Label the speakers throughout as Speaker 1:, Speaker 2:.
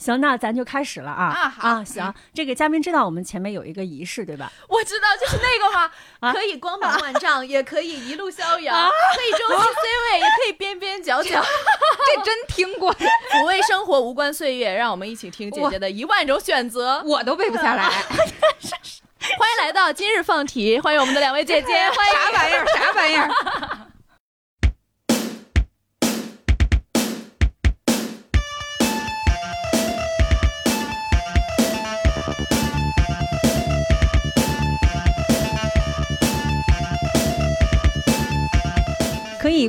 Speaker 1: 行，那咱就开始了啊
Speaker 2: 啊好
Speaker 1: 啊！
Speaker 3: 嗯
Speaker 1: 行，这个嘉宾知道我们前面有一个仪式，对吧？
Speaker 2: 我知道，就是那个嘛，
Speaker 1: 啊
Speaker 2: 可以光芒万 丈，也可以一路逍遥，可以中期
Speaker 1: 啊
Speaker 2: C 位，也可以边边 角角，
Speaker 3: 这真听过，
Speaker 2: 抚慰生活，无关岁月。让我们一起听姐姐的一万种选择。
Speaker 3: 我都背不 下来。
Speaker 2: 欢迎来到今日放题，欢迎我们的两位
Speaker 1: 哎
Speaker 2: 姐姐，欢迎
Speaker 3: 啥玩意儿？啥玩意儿？
Speaker 1: 可以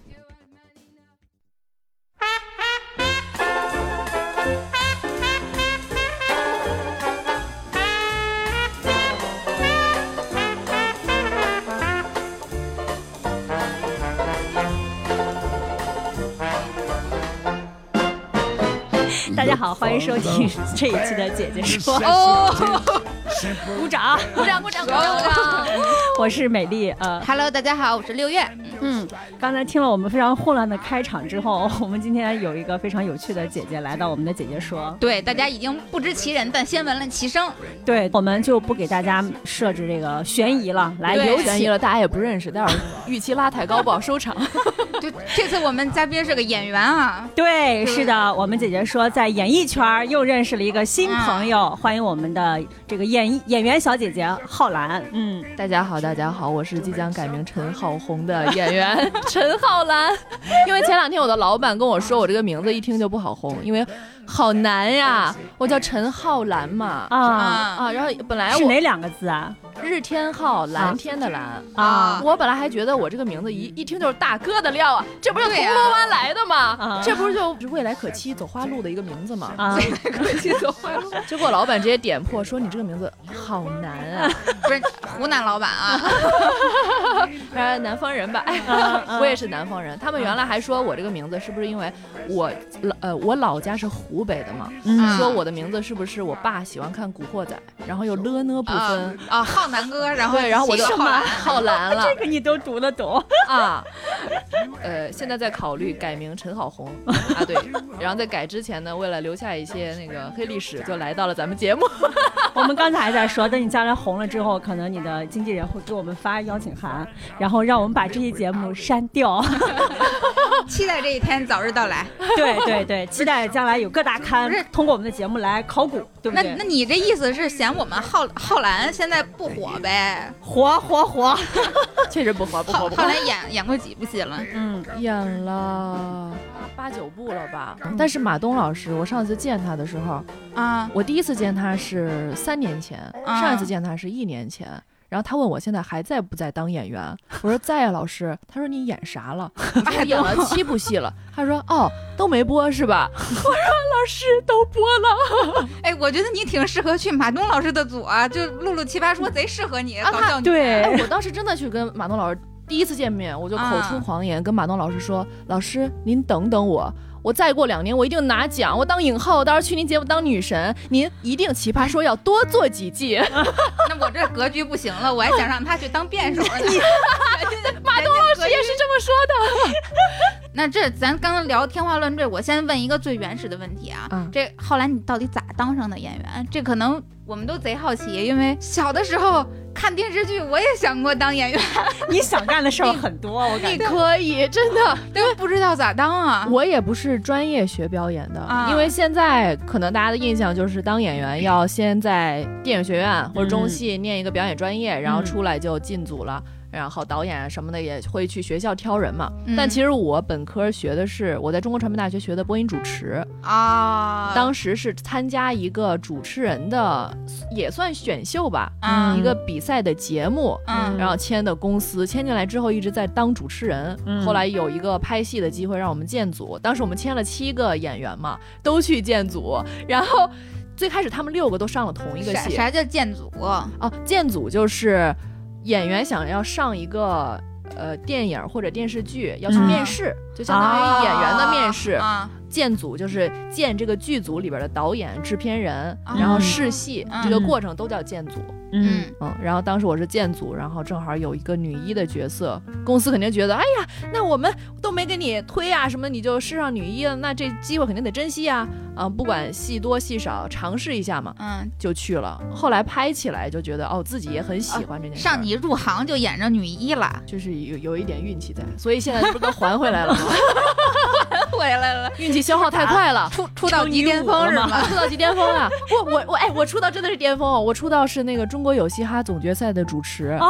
Speaker 1: 大家好，欢迎收听
Speaker 2: 嗯
Speaker 1: 这一期的《姐姐说》，
Speaker 3: 哦，
Speaker 1: 鼓掌！
Speaker 2: 鼓掌鼓掌鼓掌鼓掌。
Speaker 1: 我是美丽。呃，
Speaker 4: Hello，大家好，我是六月。
Speaker 1: 嗯，刚才听了我们非常混乱的开场之后，我们今天有一个非常有趣的姐姐来到我们的《姐姐说》。
Speaker 4: 对，大家已经不知其人，但先闻了其声。
Speaker 2: 嗯
Speaker 1: 对，我们就不给大家设置这个悬疑了，来
Speaker 2: 对
Speaker 1: 有
Speaker 2: 悬
Speaker 1: 请
Speaker 2: 疑了，大家也不认识，待会儿预期拉抬高，不好收场。
Speaker 4: 对，这次我们嘉宾是个演员啊，
Speaker 1: 对，是的，我们姐姐说在演艺圈儿又认识了一个新朋友，
Speaker 2: 嗯
Speaker 1: 欢迎我们的这个演艺演员小姐姐浩然。嗯，
Speaker 2: 大家好，大家好，我是即将改名陈浩红的 演员陈浩兰。因为前两天我的老板跟我说，我这个名字一听就不好红，因为好难呀，我叫陈浩兰嘛。
Speaker 1: 啊，
Speaker 4: 啊
Speaker 2: 啊，然后本来
Speaker 1: 是
Speaker 2: 我
Speaker 1: 哪两个字啊？
Speaker 2: 日天浩，蓝天的蓝。
Speaker 1: 啊
Speaker 4: 啊，
Speaker 2: 我本来还觉得我这个名字一一听就是大哥的料啊，这不是
Speaker 4: 对
Speaker 2: 铜
Speaker 4: 啊
Speaker 2: 锣湾来的吗？
Speaker 1: 啊
Speaker 2: 这不是就是未来可期走花路的一个名字吗？
Speaker 1: 啊，
Speaker 2: 结果老板直接点破说你这个名字好难 啊，
Speaker 4: 不是湖南老板 啊，
Speaker 2: 当然南方人吧，哎
Speaker 1: 啊啊
Speaker 2: 我也是南方人。他们原来还说我这个名字是不是因为我老呃我老家是湖北的嘛，
Speaker 1: 嗯
Speaker 4: 啊
Speaker 2: 说我的名字是不是我爸喜欢看《古惑仔》，然后又了呢不分。
Speaker 4: 啊啊，浩南哥，然后
Speaker 2: 对，然后我就
Speaker 4: 起个浩南
Speaker 2: 浩蓝
Speaker 4: 啊
Speaker 2: 了
Speaker 1: 这个你都读得 懂。
Speaker 2: 啊，呃，现在在考虑改名陈好红啊，对，然后在改之前呢，为了留下一些那个黑历史，就来到了咱们节目。
Speaker 1: 我们刚才还在说，等你将来红了之后，可能你的经纪人会给我们发邀请函，然后让我们把这期节目删 掉。
Speaker 4: 期待这一天早日到来。
Speaker 1: 对对 对， 期待将来有各大刊
Speaker 4: 不是
Speaker 1: 通过我们的节目来考古，对不
Speaker 4: 那
Speaker 1: 对
Speaker 4: 那？你这意思是嫌我们浩浩兰现在不火呗？
Speaker 1: 活活活！
Speaker 2: 确实不火，不
Speaker 4: 浩
Speaker 2: 火，不火
Speaker 4: 浩。兰演演过几部戏了？
Speaker 1: 嗯，
Speaker 2: 演了八九部了吧？但是马东老师，我上次见他的时候，
Speaker 4: 啊，
Speaker 2: 我第一次见他是三年前，
Speaker 4: 啊
Speaker 2: 上一次见他是一年前。然后他问我现在还在不在当演员，我说在啊，老师。他说你演啥了？我说我演了七部戏了。他说哦，都没播是吧？我说老师都播了。
Speaker 4: 哎，我觉得你挺适合去马东老师的组啊，就录录奇葩说贼适合你，
Speaker 2: 啊
Speaker 4: 搞笑女。
Speaker 1: 对
Speaker 2: 哎，我当时真的去跟马东老师第一次见面，我就口出狂言，跟马东老师说：“老师，您等等我，我再过两年我一定拿奖，我当影后，我到时候去您节目当女神，您一定奇葩说要多做几季。
Speaker 4: 那我这格局不行了，我还想让他去当辩手呢。马东
Speaker 2: 老师也是这么说的。
Speaker 4: 那这咱刚刚聊天花乱坠，我先问一个最原始的问题啊，
Speaker 2: 嗯
Speaker 4: 这浩然你到底咋当上的演员？这可能我们都贼好奇，因为小的时候看电视剧，我也想过当演员，
Speaker 1: 你想干的事儿很多，我感
Speaker 2: 你
Speaker 1: 觉。
Speaker 2: 可以，真的，
Speaker 4: 但是不知道咋当啊。
Speaker 2: 我也不是专业学表演的，
Speaker 4: 啊
Speaker 2: 因为现在可能大家的印象就是当演员要先在电影学院或者中戏
Speaker 4: 嗯
Speaker 2: 念一个表演专业，然后出来就进组了。然后导演啊什么的也会去学校挑人嘛，
Speaker 4: 嗯
Speaker 2: 但其实我本科学的是我在中国传媒大学学的播音主持，
Speaker 4: 啊，
Speaker 2: 当时是参加一个主持人的也算选秀吧，
Speaker 4: 啊
Speaker 2: 一个比赛的节目，
Speaker 4: 嗯
Speaker 2: 然后签的公司，签进来之后一直在当主持人。
Speaker 1: 嗯
Speaker 2: 后来有一个拍戏的机会让我们建组，当时我们签了七个演员嘛，都去建组，然后。最开始他们六个都上了同一个
Speaker 4: 啥
Speaker 2: 戏
Speaker 4: 啥叫建组？
Speaker 2: 哦，建组就是演员想要上一个呃电影或者电视剧，要去
Speaker 1: 嗯
Speaker 2: 啊面试，就相当于演员的面试。
Speaker 4: 啊
Speaker 2: 建组就是建这个剧组里边的导演、制片人，然后试戏，
Speaker 4: 啊嗯
Speaker 2: 这个过程都叫建组。
Speaker 1: 嗯，
Speaker 4: 嗯
Speaker 2: 嗯，然后当时我是建组，然后正好有一个女一的角色，公司肯定觉得，哎呀，那我们都没给你推啊，什么你就试上女一了，那这机会肯定得珍惜啊，啊、不管戏多戏少，尝试一下嘛，
Speaker 4: 嗯，
Speaker 2: 就去了。后来拍起来就觉得，哦，自己也很喜欢这件事儿、
Speaker 4: 上你入行就演着女一 了，
Speaker 2: 就是有有一点运气在，所以现在这不都还回来了吗？
Speaker 4: 回来了，
Speaker 2: 运气消耗太快了。
Speaker 4: 出出道即巅
Speaker 1: 成
Speaker 4: 峰
Speaker 1: 女
Speaker 4: 是
Speaker 1: 武了
Speaker 4: 吗？
Speaker 2: 出道即巅峰啊！我我我哎，我出道真的是巅峰哦！我出道是那个中国有嘻哈总决赛的主持，
Speaker 1: 哦，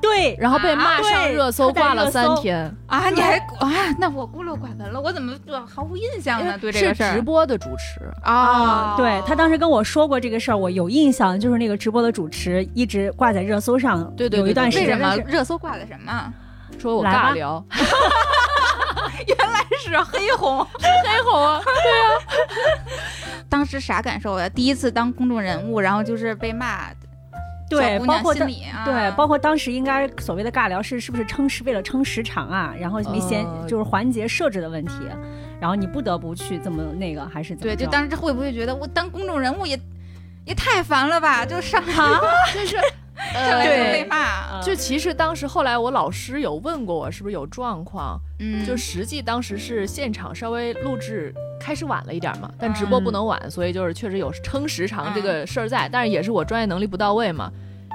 Speaker 1: 对，
Speaker 2: 然后被骂
Speaker 1: 啊
Speaker 2: 上
Speaker 1: 对
Speaker 2: 热搜，
Speaker 1: 他在
Speaker 2: 挂了
Speaker 1: 热
Speaker 2: 三
Speaker 1: 搜
Speaker 2: 天。
Speaker 4: 啊，你还啊？那我孤陋寡闻了，我怎么就毫无印象
Speaker 2: 因为
Speaker 4: 呢？对这个事
Speaker 2: 是直
Speaker 4: 儿
Speaker 2: 播的主持，
Speaker 4: 啊，
Speaker 1: 对他当时跟我说过这个事儿，我有印象，就是那个直播的主持一直挂在热搜上，
Speaker 2: 对对对
Speaker 1: 有一段时
Speaker 4: 为什
Speaker 1: 间
Speaker 4: 么
Speaker 1: 是
Speaker 4: 热搜挂的什么？
Speaker 2: 说我
Speaker 1: 来吧
Speaker 2: 尬 聊，
Speaker 4: 是黑红。
Speaker 2: 黑红啊，
Speaker 4: 当时啥感受呀？第一次当公众人物，然后就是被骂，
Speaker 1: 对
Speaker 4: 小，姑
Speaker 1: 包
Speaker 4: 娘
Speaker 1: 括
Speaker 4: 心
Speaker 1: 当
Speaker 4: 里啊，
Speaker 1: 对，包括当时应该所谓的尬聊是是不是撑时为了撑时长啊，然后没衔
Speaker 2: 呃
Speaker 1: 就是环节设置的问题，然后你不得不去这么那个还是怎么
Speaker 4: 对，
Speaker 1: 着？
Speaker 4: 就当时会不会觉得我当公众人物也也太烦了吧？就上来
Speaker 2: 就是。
Speaker 4: 上来
Speaker 2: 呃，
Speaker 4: 就
Speaker 1: 对
Speaker 4: 被骂，
Speaker 1: 呃
Speaker 2: 就其实当时后来我老师有问过我是不是有状况，
Speaker 4: 嗯，
Speaker 2: 就实际当时是现场稍微录制开始晚了一点嘛，但直播
Speaker 1: 嗯
Speaker 2: 不能晚，所以就是确实有撑时长
Speaker 4: 嗯
Speaker 2: 这个事儿在，但是也是我专业能力不到位嘛。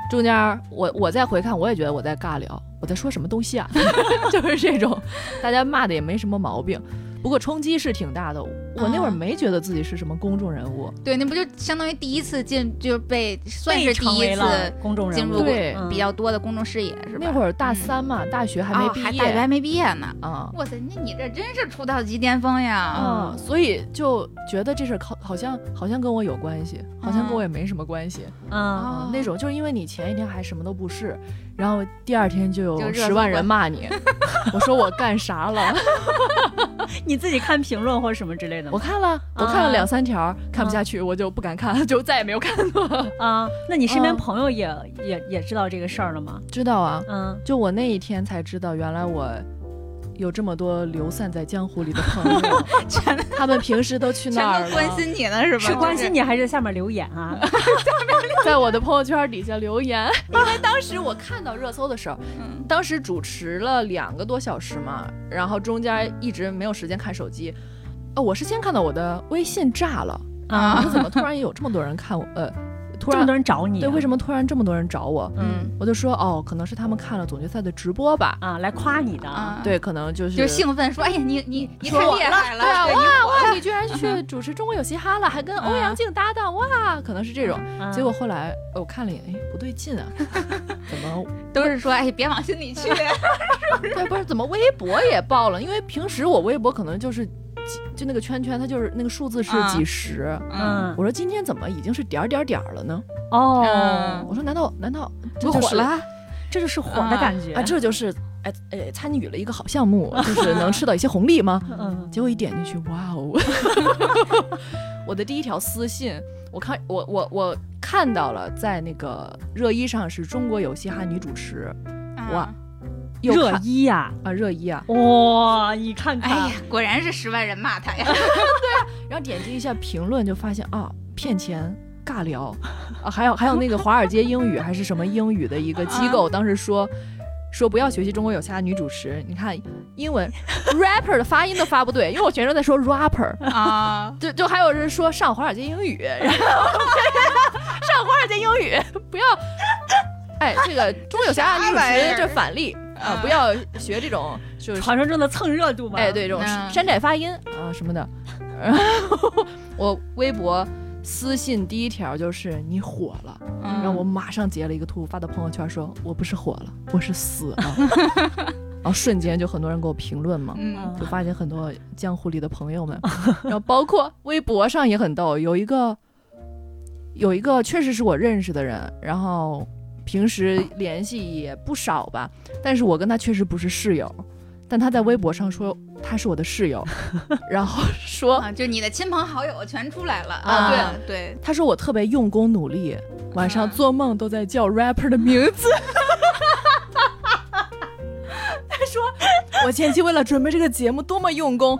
Speaker 2: 中间儿我我再回看，我也觉得我在尬聊，我在说什么东西啊， 就是这种，大家骂的也没什么毛病。不过冲击是挺大的，我那会儿
Speaker 4: 嗯
Speaker 2: 没觉得自己是什么公众人物，
Speaker 4: 对，那不就相当于第一次进就被算
Speaker 1: 被
Speaker 4: 是第
Speaker 1: 成为
Speaker 4: 一
Speaker 1: 了
Speaker 4: 次
Speaker 1: 公众人
Speaker 4: 进
Speaker 1: 物
Speaker 4: 入
Speaker 2: 对
Speaker 1: 嗯
Speaker 4: 比较多的公众视野是吧？
Speaker 2: 那会儿大三嘛，大学还没
Speaker 4: 嗯哦
Speaker 2: 毕
Speaker 4: 还
Speaker 2: 业，
Speaker 4: 大学还没毕业呢。
Speaker 2: 啊
Speaker 4: 哇塞，那你这真是出道即巅峰呀！
Speaker 2: 啊、
Speaker 1: 嗯
Speaker 2: 所以就觉得这事儿好，好像好像跟我有关系，好像跟我也没什么关系。
Speaker 1: 嗯，
Speaker 2: 嗯那种就是因为你前一天还什么都不是，然后第二天就
Speaker 4: 就
Speaker 2: 有
Speaker 4: 热搜
Speaker 2: 十万人骂 你，我说我干啥了？
Speaker 1: 你自己看评论或者什么之类的
Speaker 2: 我
Speaker 1: 吗？
Speaker 2: 看了，我看了两三条，看不下去，我就不敢看，就再也没有看过。
Speaker 1: 啊，那你身边
Speaker 2: 嗯
Speaker 1: 朋友也也也知道这个事儿了吗？
Speaker 2: 知道啊，
Speaker 1: 嗯，
Speaker 2: 就我那一天才知道，原来我有这么多流散在江湖里的朋 友，他们平时都去
Speaker 4: 全
Speaker 2: 那儿啊了
Speaker 4: 都关心你呢是吧？
Speaker 1: 是关心你还是在下面留言啊？
Speaker 2: 在我的朋友圈底下留言，因为当时我看到热搜的时候，
Speaker 4: 嗯
Speaker 2: 当时主持了两个多小时嘛，然后中间一直没有时间看手机。哦，我是先看到我的微信炸了，我
Speaker 1: 啊，
Speaker 2: 说怎么突然有这么多人看我？呃，突
Speaker 1: 这么
Speaker 2: 然
Speaker 1: 多人找你，啊
Speaker 2: 对，为什么突然这么多人找我？
Speaker 1: 嗯
Speaker 2: 我就说哦，可能是他们看了总决赛的直播吧。
Speaker 1: 啊来夸你的？
Speaker 4: 啊，，
Speaker 2: 对，可能就是
Speaker 4: 就兴奋说：“哎呀，你你你太
Speaker 2: 说我
Speaker 4: 厉害了！”
Speaker 2: 对啊，
Speaker 4: 对你
Speaker 2: 哇哇，你居然
Speaker 1: 嗯
Speaker 2: 去主持《中国有嘻哈》了，还跟欧阳靖搭档，哇，可能是这种。
Speaker 1: 嗯
Speaker 2: 结果后来我看了一眼，哎，不 对劲啊，怎么
Speaker 4: 都是说：“哎，别往心里去。
Speaker 2: 对，不是怎么微博也爆了？因为平时我微博可能就是几，就那个圈圈，它就是那个数字是
Speaker 4: 啊
Speaker 2: 几十。”
Speaker 1: 嗯
Speaker 2: 我说今天怎么已经是点儿点儿点儿了呢？
Speaker 1: 哦
Speaker 4: 嗯，
Speaker 2: 我说难道难道这
Speaker 4: 我
Speaker 2: 就
Speaker 4: 火
Speaker 2: 是
Speaker 4: 了
Speaker 1: 这就是火的感觉
Speaker 2: 啊？这就是哎哎参与了一个好项目，就是能吃到一些红利吗？
Speaker 1: 嗯
Speaker 2: 结果一点进去，哇哦！ 我的第一条私信，我看我我我看到了，在那个热一上是中国有嘻哈女主持，
Speaker 4: 嗯
Speaker 2: 哇！又
Speaker 1: 热
Speaker 2: 看
Speaker 1: 一呀，
Speaker 2: 啊热一啊，
Speaker 1: 哇、你看
Speaker 4: 哎
Speaker 1: 看，
Speaker 4: 呀，果然是十万人骂他呀！
Speaker 2: 然后点击一下评论，就发现啊，骗钱尬聊啊，还有还有那个华尔街英语还是什么英语的一个机构，当时说说不要学习中国有嘻哈女主持，你看英文 rapper 的发音都发不对，因为我全都在说 rapper，
Speaker 4: 啊，
Speaker 2: 就就还有人说上华尔街英语，然后上华尔街英语不要。哎，这个中国有嘻哈女主
Speaker 4: 啥玩意
Speaker 2: 持
Speaker 4: 儿
Speaker 2: 这反例啊，不要学这种就是
Speaker 1: 传说中的蹭热度嘛，
Speaker 2: 哎，，对，这种
Speaker 4: 那
Speaker 2: 山寨发音啊什么的。然后我微博私信第一条就是你火了，
Speaker 4: 嗯
Speaker 2: 然后我马上截了一个图发到朋友圈说，我不是火了，我是死 了。然后瞬间就很多人给我评论嘛。
Speaker 4: 嗯
Speaker 2: 就发现很多江湖里的朋友们，然后包括微博上也很逗，有一个有一个确实是我认识的人，然后平时联系也不少吧，但是我跟他确实不是室友，但他在微博上说他是我的室友，然后说
Speaker 4: 啊，就你的亲朋好友全出来了
Speaker 1: 啊
Speaker 4: 对对，
Speaker 2: 他说我特别用功努力，晚上
Speaker 4: 啊
Speaker 2: 做梦都在叫 rapper 的名字。他说我前期为了准备这个节目多么用功，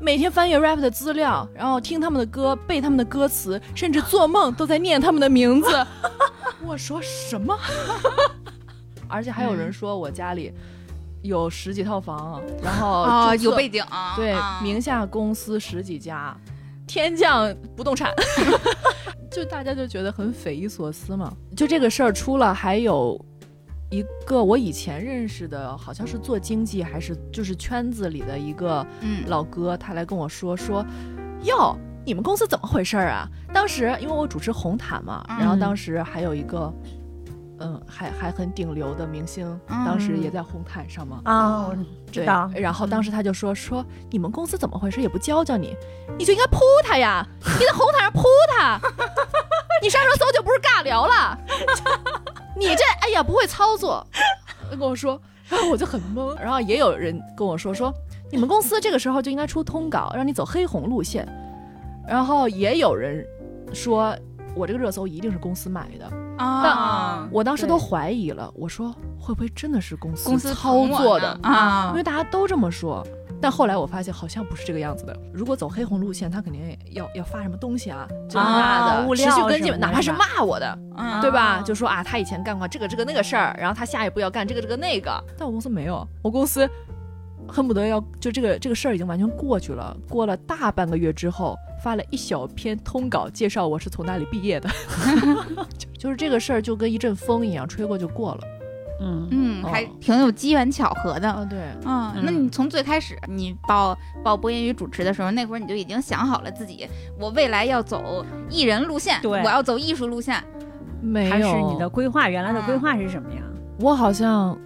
Speaker 2: 每天翻阅 rap 的资料，然后听他们的歌，背他们的歌词，甚至做梦都在念他们的名字。 我说什么？ 而且还有人说我家里有十几套房，然后
Speaker 4: 哦，
Speaker 2: 注册
Speaker 4: 有背景，
Speaker 2: 对，
Speaker 4: 啊
Speaker 2: 名下公司十几家，天降不动产， 就大家就觉得很匪夷所思嘛。就这个事儿出了，还有一个我以前认识的，好像是做经济还是就是圈子里的一个
Speaker 4: 嗯
Speaker 2: 老哥，他来跟我说说，哟，你们公司怎么回事儿啊？当时因为我主持红毯嘛，
Speaker 4: 嗯
Speaker 2: 然后当时还有一个。嗯，还还很顶流的明星，
Speaker 4: 嗯
Speaker 2: 当时也在红毯上嘛。
Speaker 1: 啊，我知
Speaker 2: 对
Speaker 1: 道，
Speaker 2: 然后当时他就说说你们公司怎么回事也不教教你，你就应该扑他呀，你在红毯上扑他， 你杀手搜就不是尬聊了， 你这哎呀不会操作，跟我说，然后我就很懵。然后也有人跟我说说你们公司这个时候就应该出通稿，让你走黑红路线。然后也有人说我这个热搜一定是公司买的，
Speaker 4: 啊，
Speaker 2: 我当时都
Speaker 5: 对
Speaker 2: 怀疑了，我说会不会真的是公司
Speaker 4: 公司
Speaker 2: 操
Speaker 4: 捧我
Speaker 2: 作
Speaker 4: 呢
Speaker 2: 的？
Speaker 4: 啊
Speaker 2: 因为大家都这么说。但后来我发现好像不是这个样子的。如果走黑红路线，他肯定也要要发什么东西啊，这那的，
Speaker 1: 啊物
Speaker 2: 持
Speaker 1: 料
Speaker 2: 续跟
Speaker 1: 什么
Speaker 2: 进，哪怕
Speaker 1: 的
Speaker 2: 是
Speaker 1: 吧
Speaker 2: 骂我的，
Speaker 4: 啊
Speaker 2: 对吧？就说啊，他以前干过这个这个那个事儿，然后他下一步要干这个这个那个。但我公司没有，我公司恨不得要就这个这个事儿已经完全过去了。过了大半个月之后，发了一小篇通稿介绍我是从哪里毕业的，就就是这个事儿就跟一阵风一样吹过就过了。
Speaker 1: 嗯
Speaker 4: 嗯，
Speaker 2: 哦
Speaker 4: 还挺有机缘巧合的。
Speaker 2: 啊，对，
Speaker 4: 嗯，那你从最开始你报报播音与主持的时候，那会儿你就已经想好了自己，我未来要走艺人路线，
Speaker 1: 对
Speaker 4: 我要走艺术路线。
Speaker 2: 没有。
Speaker 1: 还是你的规划，原来的规划是什么呀？
Speaker 2: 我好像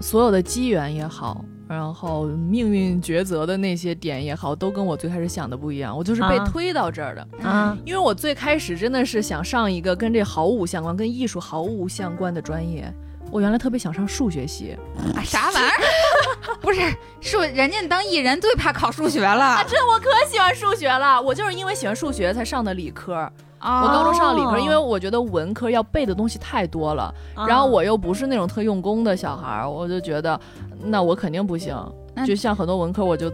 Speaker 2: 所有的机缘也好，然后命运抉择的那些点也好，都跟我最开始想的不一样。我就是被
Speaker 1: 啊
Speaker 2: 推到这儿的，
Speaker 4: 嗯
Speaker 1: 啊，
Speaker 2: 因为我最开始真的是想上一个跟这毫无相关、跟艺术毫无相关的专业。我原来特别想上数学系，
Speaker 4: 啊啥玩意儿？ 不是，是我人家当艺人最怕考数学了。
Speaker 2: 啊这我可喜欢数学了。我就是因为喜欢数学才上的理科。我
Speaker 4: 我
Speaker 2: 高中上的理科，
Speaker 1: 哦
Speaker 2: 因为我觉得文科要背的东西太多了，
Speaker 1: 啊
Speaker 2: 然后我又不是那种特用功的小孩儿，我就觉得那我肯定不行。
Speaker 4: 那
Speaker 2: 就像很多文科，我就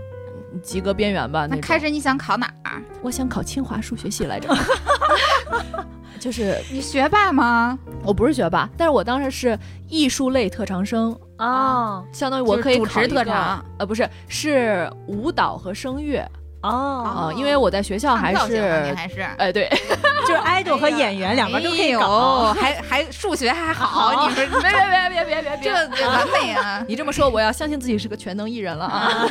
Speaker 2: 及格边缘吧
Speaker 4: 那
Speaker 2: 种。
Speaker 4: 开始你想考哪儿？
Speaker 2: 我想考清华数学系来 着，就是
Speaker 4: 你学霸吗？
Speaker 2: 我不是学霸，但是我当时是艺术类特长生，
Speaker 1: 哦
Speaker 2: 相当于我可以
Speaker 4: 就是主
Speaker 2: 考
Speaker 4: 持
Speaker 2: 一个
Speaker 4: 特长，
Speaker 2: 呃，不是是舞蹈和声乐
Speaker 1: 哦，
Speaker 2: 啊、
Speaker 4: 哦
Speaker 2: 因为我在学校还
Speaker 4: 创造型吗
Speaker 2: 是
Speaker 4: 你还是
Speaker 2: 哎对，
Speaker 1: 就是 idol 和演员两边都可以搞。
Speaker 4: 有，哎还还数学还好，你说
Speaker 2: 别别别别别别
Speaker 4: 这
Speaker 2: 别，
Speaker 4: 这完美啊！
Speaker 2: 你这么说我要相信自己是个全能艺人了啊。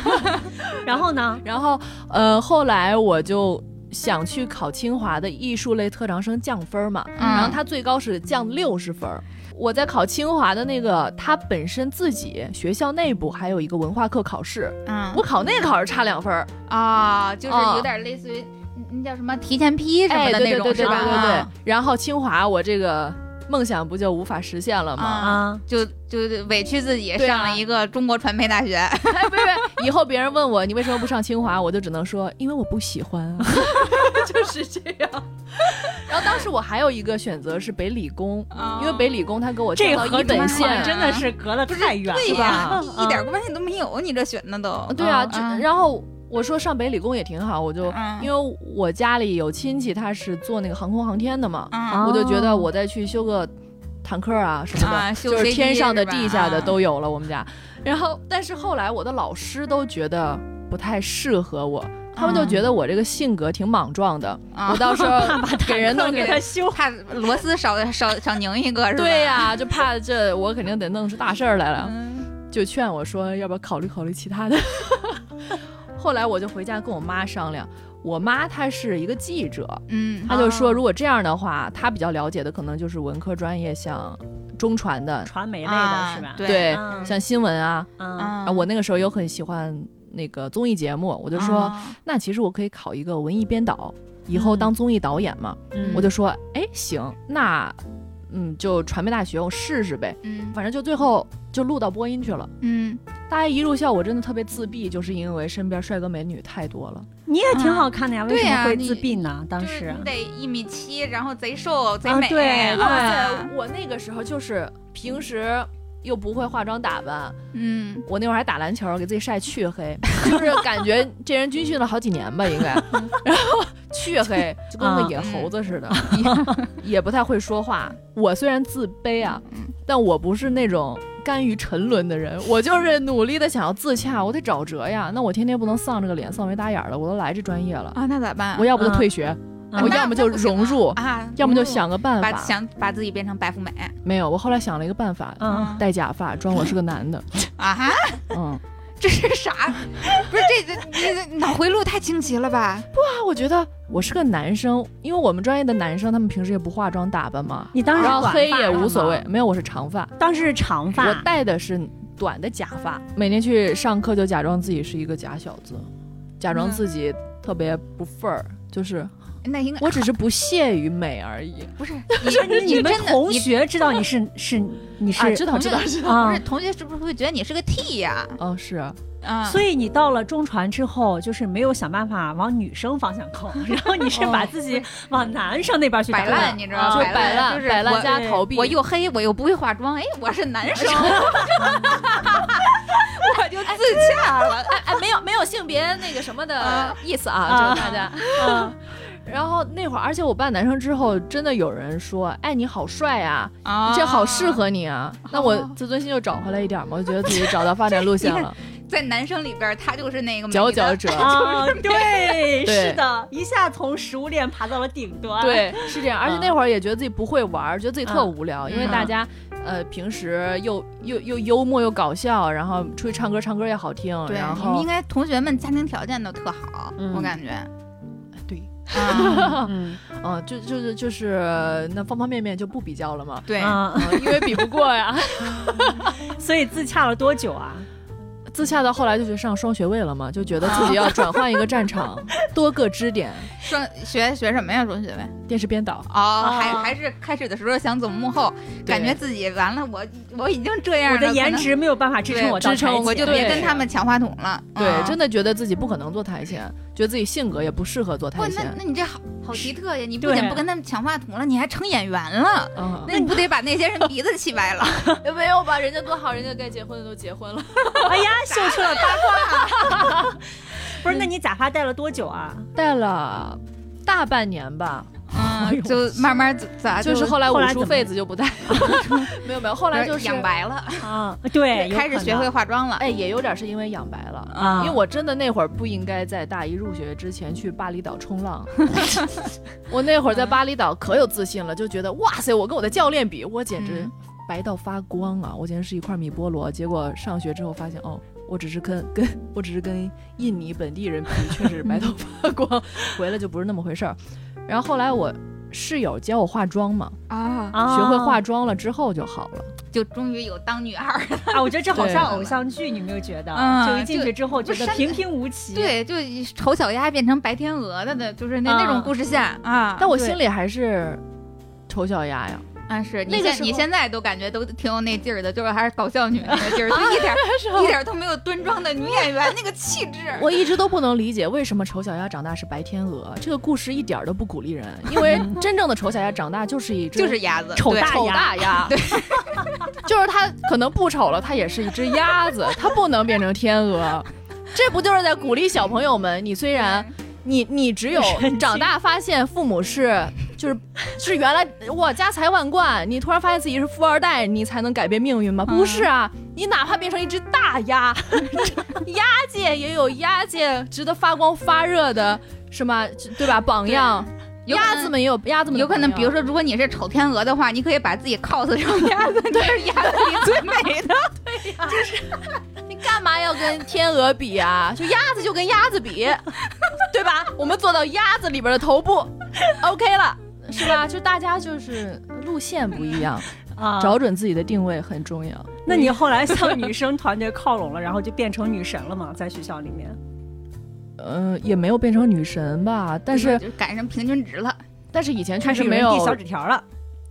Speaker 1: 然后呢？
Speaker 2: 然后呃，后来我就想去考清华的艺术类特长生降分儿
Speaker 4: 嗯
Speaker 2: 嘛，然后他最高是降六十分儿。我在考清华的那个，他本身自己学校内部还有一个文化课考试，
Speaker 4: 嗯
Speaker 2: 我考那个考试差两分儿，
Speaker 4: 啊，就是
Speaker 2: 哦
Speaker 4: 有点类似于那那叫什么提前批什么
Speaker 2: 哎，
Speaker 4: 的
Speaker 2: 对对
Speaker 4: 那
Speaker 2: 对对对
Speaker 4: 种，是吧？
Speaker 2: 对对
Speaker 4: 啊。
Speaker 2: 然后清华我这个梦想不就无法实现了吗？
Speaker 4: 啊，
Speaker 1: 啊，
Speaker 4: 就就委屈自己
Speaker 2: 对啊
Speaker 4: 上了一个中国传媒大学，
Speaker 2: 哎，不是不是，以后别人问我你为什么不上清华，我就只能说因为我不喜欢啊， 就是这样。然后当时我还有一个选择是北理工，因为北理工他给我
Speaker 1: 这
Speaker 2: 调到
Speaker 1: 和
Speaker 2: 一本
Speaker 1: 本
Speaker 2: 线
Speaker 1: 线。真的是隔得太远
Speaker 4: 对
Speaker 1: 了
Speaker 4: 呀啊
Speaker 1: 吧？，嗯
Speaker 4: 一一点关系都没有，你这选的都
Speaker 2: 对啊，
Speaker 4: 嗯
Speaker 2: 这
Speaker 4: 嗯
Speaker 2: 然后我说上北理工也挺好，我就
Speaker 4: 嗯
Speaker 2: 因为我家里有亲戚他是做那个航空航天的嘛，
Speaker 4: 啊
Speaker 2: 我就觉得我再去修个坦克啊什么的，
Speaker 4: 啊修
Speaker 2: 就是
Speaker 4: 飞
Speaker 2: 天
Speaker 4: 机
Speaker 2: 上的、
Speaker 4: 是吧
Speaker 2: 地下的
Speaker 4: 啊
Speaker 2: 都有了我们家。然后，但是后来我的老师都觉得不太适合我，他们就
Speaker 4: 啊
Speaker 2: 觉得我这个性格挺莽撞的，
Speaker 4: 啊
Speaker 2: 我到时 候给人弄
Speaker 1: 嗯给
Speaker 2: 个。
Speaker 1: 他修
Speaker 4: 怕螺丝少少少拧一个是吧？
Speaker 2: 对呀、就怕这我肯定得弄出大事儿来了，
Speaker 4: 嗯，
Speaker 2: 就劝我说，要不要考虑考虑其他的。 后来我就回家跟我妈商量，我妈她是一个记者，
Speaker 4: 嗯
Speaker 2: 她就说，如果这样的话，她比较了解的可能就是文科专业，像中传的，
Speaker 1: 传媒类的
Speaker 4: 啊
Speaker 1: 是吧？
Speaker 4: 对
Speaker 2: 对，
Speaker 1: 嗯
Speaker 2: 像新闻啊，
Speaker 1: 嗯
Speaker 4: 啊
Speaker 2: 啊，我那个时候又很喜欢那个综艺节目，我就说，
Speaker 4: 啊嗯
Speaker 2: 那其实我可以考一个文艺编导，以后当综艺导演嘛。
Speaker 1: 嗯
Speaker 2: 我就说，哎，行，那嗯，就传媒大学我试试呗。
Speaker 4: 嗯
Speaker 2: 反正就最后就录到播音去了。
Speaker 4: 嗯，
Speaker 2: 大家一入校，我真的特别自闭，就是因为身边帅哥美女太多了。
Speaker 1: 你也挺好看的呀，为
Speaker 4: 对
Speaker 1: 什么
Speaker 4: 呀
Speaker 1: 会
Speaker 4: 你
Speaker 1: 自闭呢？当
Speaker 4: 就是
Speaker 1: 时
Speaker 4: 你得一米七，然后贼瘦贼
Speaker 1: 啊
Speaker 2: 哎
Speaker 4: 美，
Speaker 1: 对
Speaker 4: 啊
Speaker 2: 我那个时候就是平时又不会化妆打扮，
Speaker 4: 嗯，
Speaker 2: 我那会儿还打篮球，给自己晒黢黑，就是感觉这人军训了好几年吧，应 该，然后黢黑 就跟个野猴子似的，也也不太会说话。我虽然自卑啊，但我不是那种甘于沉沦的人，我就是努力的想要自洽，我得找辙呀。那我天天不能丧着个脸、丧眉打眼儿的，我都来这专业了，
Speaker 4: 啊，那咋办？
Speaker 2: 我要不就退学，
Speaker 1: 嗯
Speaker 2: 我
Speaker 1: 那
Speaker 2: 要么就
Speaker 4: 那不行啊
Speaker 2: 融入，
Speaker 4: 啊，
Speaker 2: 要么就嗯想个办
Speaker 4: 把
Speaker 2: 法。
Speaker 4: 想把自己变成白富美
Speaker 2: 没有，我后来想了一个办法，
Speaker 1: 嗯，
Speaker 2: 戴假发，装我是个男的。
Speaker 4: 啊哈，
Speaker 2: 嗯。
Speaker 4: 这是啥？ 不是这这你这脑回路太清奇了吧？
Speaker 2: 啊，我觉得我是个男生，因为我们专业的男生他们平时也不化妆打扮嘛，
Speaker 1: 你当时
Speaker 2: 然后
Speaker 1: 短
Speaker 2: 黑
Speaker 1: 发
Speaker 2: 也
Speaker 1: 了
Speaker 2: 无所
Speaker 1: 吗
Speaker 2: 谓，，没有我是长发，
Speaker 1: 当时是长发
Speaker 2: 我，戴的是短的假发，每天去上课就假装自己是一个假小子，假装
Speaker 4: 嗯
Speaker 2: 自己特别不份儿，就是
Speaker 4: 那应该
Speaker 2: 我只是不屑于美而已。
Speaker 4: 不是
Speaker 1: 不是你你们
Speaker 4: 真的
Speaker 1: 同
Speaker 4: 你
Speaker 1: 学知道你是是你
Speaker 2: 啊，
Speaker 1: 是
Speaker 2: 知道知道
Speaker 4: 同学
Speaker 2: 知道，嗯
Speaker 1: 啊
Speaker 4: 不是，同学是不是会觉得你是个 T 呀？
Speaker 2: 哦是 啊，
Speaker 4: 啊，
Speaker 1: 所以你到了中传之后，就是没有想办法往女生方向靠，然后你是把自己往男生那边去
Speaker 4: 哦摆
Speaker 1: 打扮
Speaker 4: 烂，你知道吗？
Speaker 1: 啊
Speaker 2: 就
Speaker 1: 摆
Speaker 2: 摆
Speaker 4: 烂
Speaker 2: 烂
Speaker 4: 就是
Speaker 2: 摆
Speaker 4: 我
Speaker 2: 烂加
Speaker 1: 对
Speaker 2: 逃避，
Speaker 4: 我又黑，我又不会化妆，哎，我是男生，我就自洽了。
Speaker 2: 哎哎没有没有性别那个什么的
Speaker 4: 啊
Speaker 2: 意思
Speaker 1: 啊
Speaker 2: 啊，就是大家。
Speaker 1: 嗯
Speaker 2: 然后那会儿，而且我扮男生之后，真的有人说：“哎，你好帅啊，
Speaker 4: 啊
Speaker 2: 这好适合你啊。那我自尊心就找回来一点嘛，我觉得自己找到发展路线 了，
Speaker 4: 在男生里边，他就是那个美
Speaker 2: 佼
Speaker 4: 的
Speaker 2: 佼者。
Speaker 1: 啊， 对，
Speaker 2: 对
Speaker 1: 是的，一下从食物链爬到了顶端，，
Speaker 2: 对，是这样。而且
Speaker 1: 嗯
Speaker 2: 那会儿也觉得自己不会玩儿，觉得自己特无聊，因为
Speaker 1: 嗯
Speaker 2: 大家呃平时又又又幽默又搞笑，然后出去唱歌，唱歌也好听，
Speaker 4: 对，
Speaker 2: 然
Speaker 4: 你们
Speaker 2: 后
Speaker 4: 应该同学们家庭条件都特好，
Speaker 1: 嗯
Speaker 4: 我感觉。
Speaker 2: 对，
Speaker 4: 啊，
Speaker 1: 嗯
Speaker 2: 嗯，就就是就是那方方面面就不比较了 嘛，
Speaker 4: 对，
Speaker 1: 嗯，
Speaker 2: 嗯因为比不过呀。
Speaker 1: 所以自洽了多久啊？
Speaker 2: 自洽到后来就去上双学位了嘛，就觉得自己要转换一个战场， 多个支点。
Speaker 4: 双学学什么呀？双学位
Speaker 2: 电视编导，
Speaker 4: 哦，还
Speaker 1: 哦
Speaker 4: 还是开始的时候想走幕后，
Speaker 2: 对
Speaker 4: 感觉自己完了，我我已经这样
Speaker 1: 我
Speaker 4: 了，
Speaker 1: 的
Speaker 4: 可
Speaker 1: 颜
Speaker 4: 能
Speaker 1: 值没有办法支撑
Speaker 4: 对
Speaker 1: 我到
Speaker 2: 支撑
Speaker 1: 台
Speaker 4: 我
Speaker 1: 前
Speaker 4: 就别
Speaker 2: 对
Speaker 4: 跟他们抢话筒了。
Speaker 2: 对，
Speaker 4: 啊
Speaker 2: 真的觉得自己不可能做台前，觉得自己性格也不适合做
Speaker 4: 不，
Speaker 2: 台
Speaker 4: 那
Speaker 2: 前。
Speaker 4: 那你这好好奇特呀！你不
Speaker 1: 对
Speaker 4: 仅不跟他们抢话筒了，你还成演员了，
Speaker 2: 嗯，
Speaker 4: 那你不得把那些人鼻子气 歪了？
Speaker 2: 没有吧？人家多好，人家该结婚的都结婚了。
Speaker 1: 哎 呀，秀出了八卦。
Speaker 4: 嗯
Speaker 1: 不是，那你假发戴了多久啊？
Speaker 2: 戴了大半年吧，
Speaker 1: 哎
Speaker 4: 嗯，就慢慢咋
Speaker 2: 就是后来
Speaker 1: 后
Speaker 2: 捂
Speaker 1: 来怎
Speaker 2: 出
Speaker 1: 么
Speaker 2: 痱子就不戴了。 没有没有，后来就是
Speaker 4: 养白了，
Speaker 1: 啊， 对，有
Speaker 4: 开始
Speaker 1: 可
Speaker 4: 学
Speaker 1: 能
Speaker 4: 会化妆了。
Speaker 2: 哎，也有点是因为养白了。
Speaker 1: 啊，
Speaker 2: 因为我真的那会儿不应该在大一入学之前去巴厘岛冲浪，我那会儿在巴厘岛可有自信了，就觉得哇塞，我跟我的教练比，我简直
Speaker 4: 嗯
Speaker 2: 白到发光啊！我简直是一块米菠萝。结果上学之后发现，哦，我只是跟跟我只是跟印尼本地人比，确实白到发光，回来就不是那么回事儿。然后后来我室友教我化妆嘛，
Speaker 4: 啊，
Speaker 1: 啊
Speaker 2: 学会化妆了之后就好了。
Speaker 4: 就终于有当女孩儿了。
Speaker 1: 啊，我觉得这好像
Speaker 2: 对
Speaker 1: 偶像剧，你没有觉得？
Speaker 4: 嗯
Speaker 1: 就一进去之后觉
Speaker 4: 就
Speaker 1: 得
Speaker 4: 山
Speaker 1: 平平无奇。，
Speaker 4: 对，就丑小鸭变成白天鹅的的，就是那那种
Speaker 1: 啊
Speaker 4: 故事线啊。
Speaker 2: 但我
Speaker 1: 对
Speaker 2: 心里还是丑小鸭呀，
Speaker 4: 啊，是你
Speaker 2: 那个
Speaker 4: 现
Speaker 2: 时
Speaker 4: 你
Speaker 2: 候
Speaker 4: 现在都感觉都挺有那劲儿的，就是还是搞笑 女那个劲儿，就一点
Speaker 2: 啊
Speaker 4: 儿一点儿都没有端庄的女演员那个气质。
Speaker 2: 我一直都不能理解为什么丑小鸭长大是白天鹅，这个故事一点儿都不鼓励人，因 为真正的丑小鸭长大就是一只
Speaker 4: 就是鸭子，
Speaker 1: 丑
Speaker 4: 对
Speaker 1: 大
Speaker 2: 丑
Speaker 1: 鸭
Speaker 2: 大鸭，对，就是它可能不丑了，它也是一只鸭子，它不能变成天鹅，这不就是在鼓励小朋友们？你虽然你你只有
Speaker 1: 神经
Speaker 2: 长大发现父母是就是是原来哇家财万贯，你突然发现自己是富二代，你才能改变命运吗？
Speaker 4: 嗯
Speaker 2: 不是啊，你哪怕变成一只大 鸭，鸭界也有鸭界值得发光发热的什么对吧榜样。
Speaker 4: 有可
Speaker 2: 鸭
Speaker 4: 能
Speaker 2: 子们也有鸭子们的
Speaker 4: 有可能，
Speaker 2: 榜样
Speaker 4: 比如说，如果你是丑天鹅的话，你可以把自己 cos 成鸭子，你是鸭子里最美的。
Speaker 2: 你干嘛要跟天鹅比啊？就鸭子就跟鸭 子比，对吧？我们做到鸭子里边的头部，OK 了，是吧？就大家就是路线不一样，
Speaker 1: 啊，
Speaker 2: 找准自己的定位很重要。
Speaker 1: 那你后来向女生团队靠拢了，然后就变成女神了吗？在学校里面，
Speaker 2: 嗯、也没有变成女神吧， 但是
Speaker 4: 就赶上平均值了，
Speaker 2: 但是以前
Speaker 1: 嗯
Speaker 2: 确
Speaker 1: 开始
Speaker 2: 实
Speaker 1: 有
Speaker 2: 没
Speaker 1: 人递小
Speaker 2: 有，
Speaker 1: 纸条了。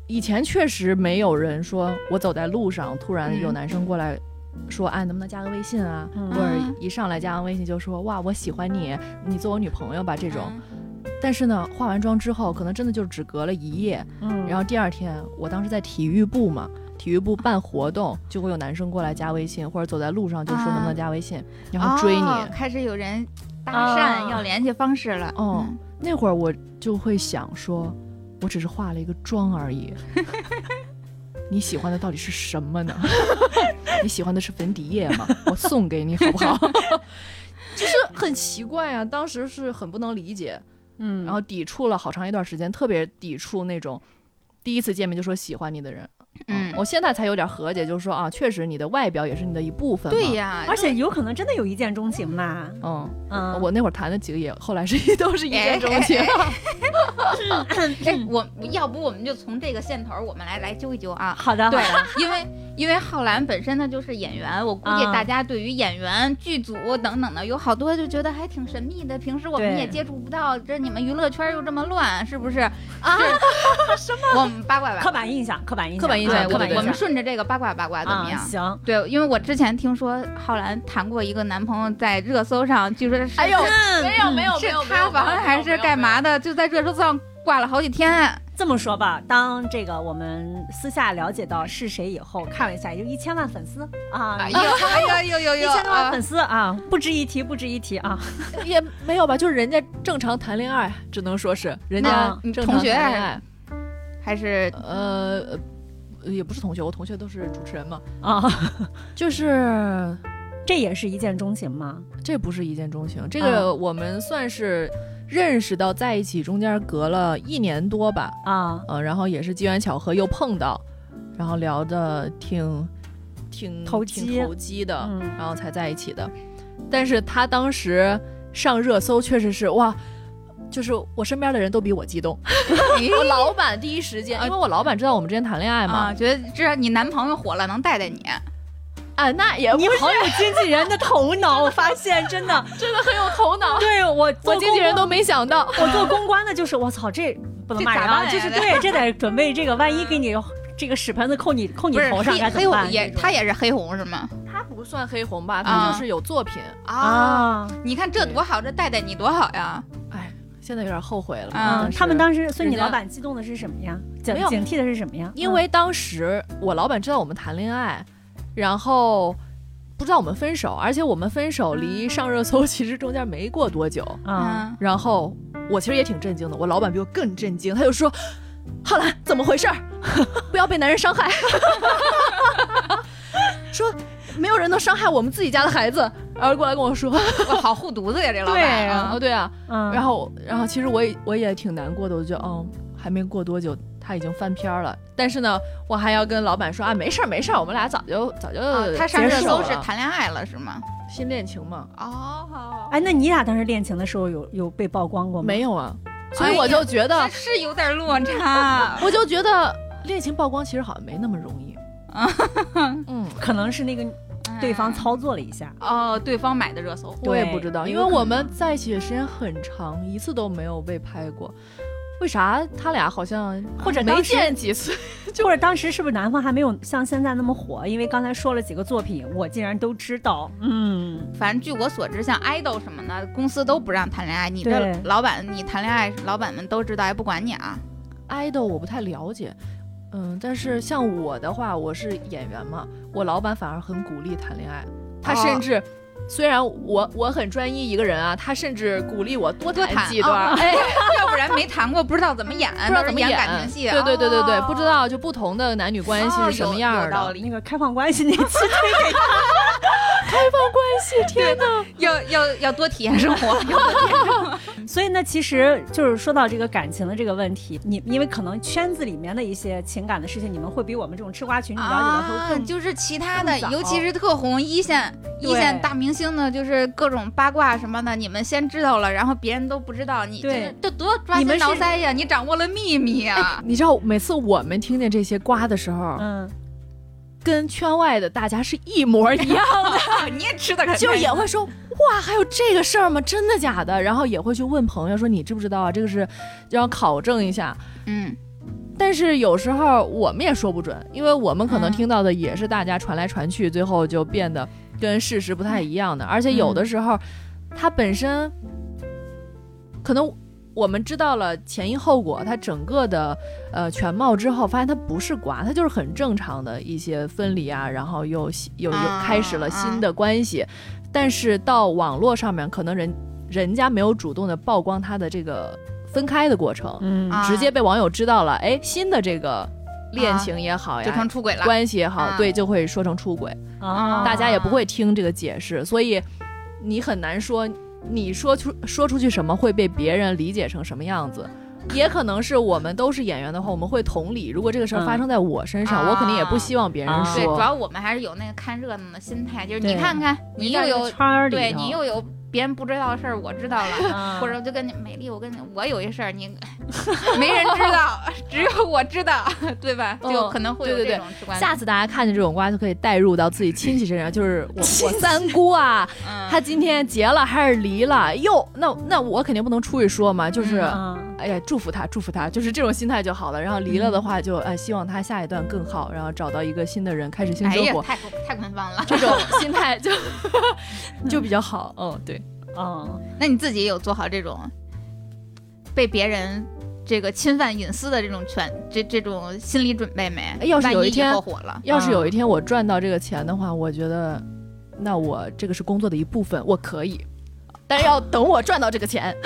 Speaker 2: 以前确实没有人说我走在路上，突然有
Speaker 4: 嗯
Speaker 2: 男生过来。说，哎，能不能加个微信啊？
Speaker 1: 嗯
Speaker 2: 或者一上来加完微信就说，哇，我喜欢你，你做我女朋友吧，这
Speaker 4: 这
Speaker 2: 种。但是呢，化完妆之后，可能真的就只隔了一夜，
Speaker 1: 嗯
Speaker 2: 然后第二天，我当时在体育部嘛，体育部办活动，就会有男生过来加微信，或者走在路上就说
Speaker 4: 啊
Speaker 2: 能不能加微信，然后追你。
Speaker 4: 哦开始有人搭讪、
Speaker 1: 啊
Speaker 4: 要联系方式了。
Speaker 2: 哦
Speaker 4: 嗯，
Speaker 2: 那会儿我就会想说，我只是化了一个妆而已。你喜欢的到底是什么呢？ 你喜欢的是粉底液吗？我送给你好不 好？就是很奇怪啊，当时是很不能理解，
Speaker 1: 嗯，
Speaker 2: 然后抵触了好长一段时间，特别抵触那种第一次见面就说喜欢你的人。
Speaker 4: 嗯
Speaker 2: 哦我现在才有点和解，就是说啊，确实你的外表也是你的一部分。
Speaker 4: 对、呀，哎
Speaker 1: 而且有可能真的有一见钟情吧？
Speaker 2: 嗯，
Speaker 1: 嗯，
Speaker 2: 我那会儿谈的几个也 后来是都是一见 钟情。
Speaker 4: 哎哎，我要不我们就从这个线头儿，我们来来揪一揪啊。
Speaker 1: 好的，
Speaker 4: 对
Speaker 1: 好的，
Speaker 4: 因为因为浩然本身他就是演员，我估计
Speaker 1: 啊
Speaker 4: 大家对于演员、剧组等等的有好多就觉得还挺神秘的，平时我们
Speaker 1: 对
Speaker 4: 也接触不到。这你们娱乐圈又这么乱，是不是？啊，什么？我们八卦八
Speaker 1: 刻
Speaker 4: 卦，
Speaker 1: 板印象，刻板印象，
Speaker 2: 刻板印
Speaker 1: 啊
Speaker 2: 象
Speaker 4: 对，
Speaker 1: 刻
Speaker 4: 我
Speaker 1: 板
Speaker 4: 们
Speaker 1: 印
Speaker 4: 我
Speaker 1: 象
Speaker 4: 们顺着这个八卦八卦怎么
Speaker 1: 啊，
Speaker 4: 样？
Speaker 1: 行，
Speaker 4: 对，因为我之前听说浩然谈过一个男朋友，在热搜上，据说是
Speaker 2: 哎 呦，没有
Speaker 1: 嗯
Speaker 2: 没有没
Speaker 4: 是
Speaker 2: 有，
Speaker 4: 塌房还是干嘛
Speaker 2: 的？
Speaker 4: 的，就在热搜上挂了好几天。
Speaker 1: 这么说吧，当这个我们私下了解到是谁以后，看了一下，有一千万粉丝啊，
Speaker 4: 哎
Speaker 1: 一
Speaker 4: 呦哎呦呦呦呦！
Speaker 1: 千多万
Speaker 4: 啊
Speaker 1: 粉丝啊，不值一提，不值一提啊。
Speaker 2: 也没有吧，就是人家正常谈恋爱，只能说是人家
Speaker 4: 那
Speaker 2: 正常
Speaker 4: 嗯同学哎
Speaker 2: 谈恋爱，
Speaker 4: 哦还是
Speaker 2: 呃，呃也不是同学，我同学都是主持人嘛，
Speaker 1: 啊，
Speaker 2: 就是
Speaker 1: 这也是一见钟情吗？
Speaker 2: 这不是一见钟情，这个
Speaker 4: 嗯
Speaker 2: 我们算是认识到在一起，中间隔了一年多吧，
Speaker 1: 啊，
Speaker 2: 呃，然后也是机缘巧合又碰到，然后聊的挺挺
Speaker 1: 投机
Speaker 2: 挺投机的，
Speaker 1: 嗯
Speaker 2: 然后才在一起的。但是他当时上热搜确实是哇，就是我身边的人都比我 激动。我老板第一时间，因为我老板知道我们之前谈恋爱嘛，
Speaker 4: 啊，觉得这你男朋友火了，能带带你。
Speaker 2: 啊，那也不
Speaker 1: 你好有经纪人的头脑，我发现真 的，
Speaker 2: 真的很有头脑。
Speaker 1: 对我做
Speaker 2: 我经纪人
Speaker 1: 公
Speaker 2: 都没想到，
Speaker 1: 关，我做公关的就是我操，这不能
Speaker 4: 这
Speaker 1: 骂人
Speaker 4: 咋
Speaker 1: 啊，
Speaker 4: 办呀
Speaker 1: 就是 对，这得准备这个，万一给
Speaker 2: 嗯
Speaker 1: 你这个屎盆子扣你扣你
Speaker 4: 不是
Speaker 1: 头上
Speaker 4: 黑
Speaker 1: 该怎
Speaker 4: 黑
Speaker 1: 么
Speaker 4: 红
Speaker 1: 办？
Speaker 4: 也，他也是黑红是吗？
Speaker 2: 他不算黑红吧，
Speaker 4: 啊
Speaker 2: 他就是有作品。
Speaker 1: 啊，
Speaker 4: 你看这多好，这带带你多好呀！
Speaker 2: 哎，现在有点后悔了。
Speaker 4: 啊
Speaker 1: 嗯，他们当时，所以你
Speaker 2: 人家
Speaker 1: 老板激动的是什么呀？警
Speaker 2: 没有
Speaker 1: 警惕的是什么呀？
Speaker 2: 因为当时我老板知道我们谈恋爱，然后不知道我们分手，而且我们分手离上热搜 其实中间没过多久。
Speaker 1: 嗯啊，
Speaker 4: 嗯，
Speaker 2: 然后我其实也挺震惊的，我老板比我更震惊，他就说：“浩兰，怎么回事儿？ 不要被男人伤害。”说没有人能伤害我们自己家的孩子，然后过来跟我说
Speaker 4: 哇，好护犊子呀，这老：“
Speaker 2: 对
Speaker 4: 板
Speaker 2: 啊，
Speaker 4: 啊。
Speaker 2: 对啊。”
Speaker 1: 嗯，
Speaker 2: 然后，然后其实我也我也挺难过的，我就觉得嗯，还没过多久他已经翻篇儿了。但是呢，我还要跟老板说啊，没事儿没事儿，我们俩早就早就、
Speaker 1: 呃
Speaker 4: 啊他上热
Speaker 2: 结束
Speaker 4: 搜
Speaker 2: 了
Speaker 4: 是谈恋爱了是吗？
Speaker 2: 新恋情嘛？
Speaker 4: 哦，
Speaker 1: 哎，那你俩当时恋情的时候有有被曝光过吗？
Speaker 2: 没有啊，所
Speaker 4: 哎
Speaker 2: 以
Speaker 4: 呀
Speaker 2: 我就觉得，。
Speaker 4: 这是有点落差哎
Speaker 2: 我就觉得恋情曝光其实好像没那么容易
Speaker 4: 啊。
Speaker 2: 嗯，
Speaker 1: 可能是那个对方操作了一下。
Speaker 4: 哦，对方买的热搜，
Speaker 2: 我也
Speaker 1: 对
Speaker 2: 不知道，
Speaker 4: 有
Speaker 2: 因为
Speaker 4: 可
Speaker 2: 我
Speaker 4: 能
Speaker 2: 们在一起的时间很长，一次都没有被拍过。为啥他俩好像
Speaker 1: 或者
Speaker 2: 没
Speaker 1: 当时
Speaker 2: 见几次？
Speaker 1: 或者当时是不是南方还没有像现在那么火？因为刚才说了几个作品，我竟然都知道。嗯，
Speaker 4: 反正据我所知，像爱豆什么的，公司都不让谈恋爱。你
Speaker 1: 对
Speaker 4: 的老板，你谈恋爱，老板们都知道，还不管你啊。
Speaker 2: 爱豆我不太了解，嗯，但是像我的话，我是演员嘛，我老板反而很鼓励谈恋爱，他
Speaker 4: 哦
Speaker 2: 甚至、虽然我我很专一一个人啊，他甚至鼓励我多
Speaker 4: 多
Speaker 2: 谈
Speaker 4: 谈
Speaker 2: 几段儿， 哎，
Speaker 4: 要不然没谈过，不知道怎么演，
Speaker 2: 不知道
Speaker 4: 都是
Speaker 2: 怎么
Speaker 4: 演
Speaker 2: 演
Speaker 4: 感情戏啊。
Speaker 2: 对对对对对，
Speaker 4: 哦
Speaker 2: 不知道就不同的男女关系
Speaker 4: 哦
Speaker 2: 是什么样
Speaker 4: 有
Speaker 2: 儿
Speaker 4: 有
Speaker 2: 的，
Speaker 4: 道理，
Speaker 1: 那个开放关系那期，
Speaker 2: 关系天呐，
Speaker 4: 要要要多体验生 活。
Speaker 1: 所以呢，其实就是说到这个感情的这个问题，你因为可能圈子里面的一些情感的事情，你们会比我们这种吃瓜群众了解的会更、
Speaker 4: 啊就是其他的
Speaker 1: 更早，
Speaker 4: 尤其是特红一线
Speaker 1: 对
Speaker 4: 一线大明星的，就是各种八卦什么的，你们先知道了，然后别人都不知道，你
Speaker 1: 对
Speaker 4: 这这多抓
Speaker 1: 你们
Speaker 4: 心
Speaker 1: 是
Speaker 4: 挠腮呀！你掌握了秘 密呀！
Speaker 2: 你知道每次我们听见这些瓜的时候，
Speaker 1: 嗯，
Speaker 2: 跟圈外的大家是一模一 样，
Speaker 4: 你也吃的可
Speaker 2: 就
Speaker 4: 开
Speaker 2: 是
Speaker 4: 心
Speaker 2: 也会说 哇，还有这个事儿吗？真的假的？然后也会去问朋友说你知不知道啊？这个是，然后考证一下。
Speaker 4: 嗯
Speaker 2: 但是有时候我们也说不准，因为我们可能
Speaker 4: 嗯
Speaker 2: 听到的也是大家传来传去，最后就变得跟事
Speaker 4: 嗯
Speaker 2: 实不太一样的。而且有的时候，它本身可能我们知道了前因后果，它整个的呃全貌之后，发现它不是瓜，它就是很正常的一些分离啊，然后又又又
Speaker 4: 啊
Speaker 2: 开始了新的关系，但是到网络上面，可能人人家没有主动的曝光他的这个分开的过程，
Speaker 1: 嗯
Speaker 4: 啊
Speaker 2: 直接被网友知道了，哎，新的这个恋情也好
Speaker 4: 就
Speaker 2: 呀，
Speaker 4: 成出轨了。
Speaker 2: 关系也好，
Speaker 4: 啊
Speaker 2: 对，就会说成出轨。
Speaker 1: 啊，
Speaker 2: 大家也不会听这个解释，所以你很难说你说出说出去什么会被别人理解成什么样子。也可能是我们都是演员的话，我们会同理。如果这个事儿
Speaker 1: 嗯
Speaker 2: 发生在我身上，
Speaker 4: 啊
Speaker 2: 我肯定也不希望别人
Speaker 1: 啊
Speaker 4: 对，主
Speaker 2: 说。
Speaker 4: 要我们还是有那个看热闹的心态，就是你
Speaker 1: 对
Speaker 4: 看看，你
Speaker 1: 你
Speaker 4: 又
Speaker 1: 在这
Speaker 4: 有
Speaker 1: 圈儿里头，
Speaker 4: 对你又有别人不知道的事儿，我知道了。
Speaker 1: 啊
Speaker 4: 或
Speaker 2: 嗯
Speaker 4: 者我就跟你美丽，我跟你我有一事儿，你没人知道， 只有我知道， 对吧？
Speaker 2: 嗯
Speaker 4: 就可能会有
Speaker 2: 对对对
Speaker 4: 这种直观的。
Speaker 2: 下次大家看见这种瓜，就可以带入到自己亲戚身 上，就是我我三姑啊，
Speaker 4: 嗯
Speaker 2: 她今天结了还是离了？哟，那那我肯定不能出去说嘛，就是、
Speaker 4: 嗯
Speaker 1: 啊
Speaker 2: 哎呀，祝福他，祝福他， 就是这种心态就好了。然后离了的话就，哎，希望他下一段更好，然后找到一个新的人，开始新
Speaker 4: 哎
Speaker 2: 生
Speaker 4: 呀
Speaker 2: 活，，
Speaker 4: 太过太官方了。
Speaker 2: 这种心态 就就比较好。嗯，对，
Speaker 1: 嗯，
Speaker 4: 那你自己有做好这种被别人这个侵犯隐私的这种权这这种心理准备没
Speaker 2: 哎？要是有一天
Speaker 4: 万以后火了，
Speaker 2: 要是有一天我赚到这个钱的话，我觉得，那我这个是工作的一部分，我可以，但是要等我赚到这个钱。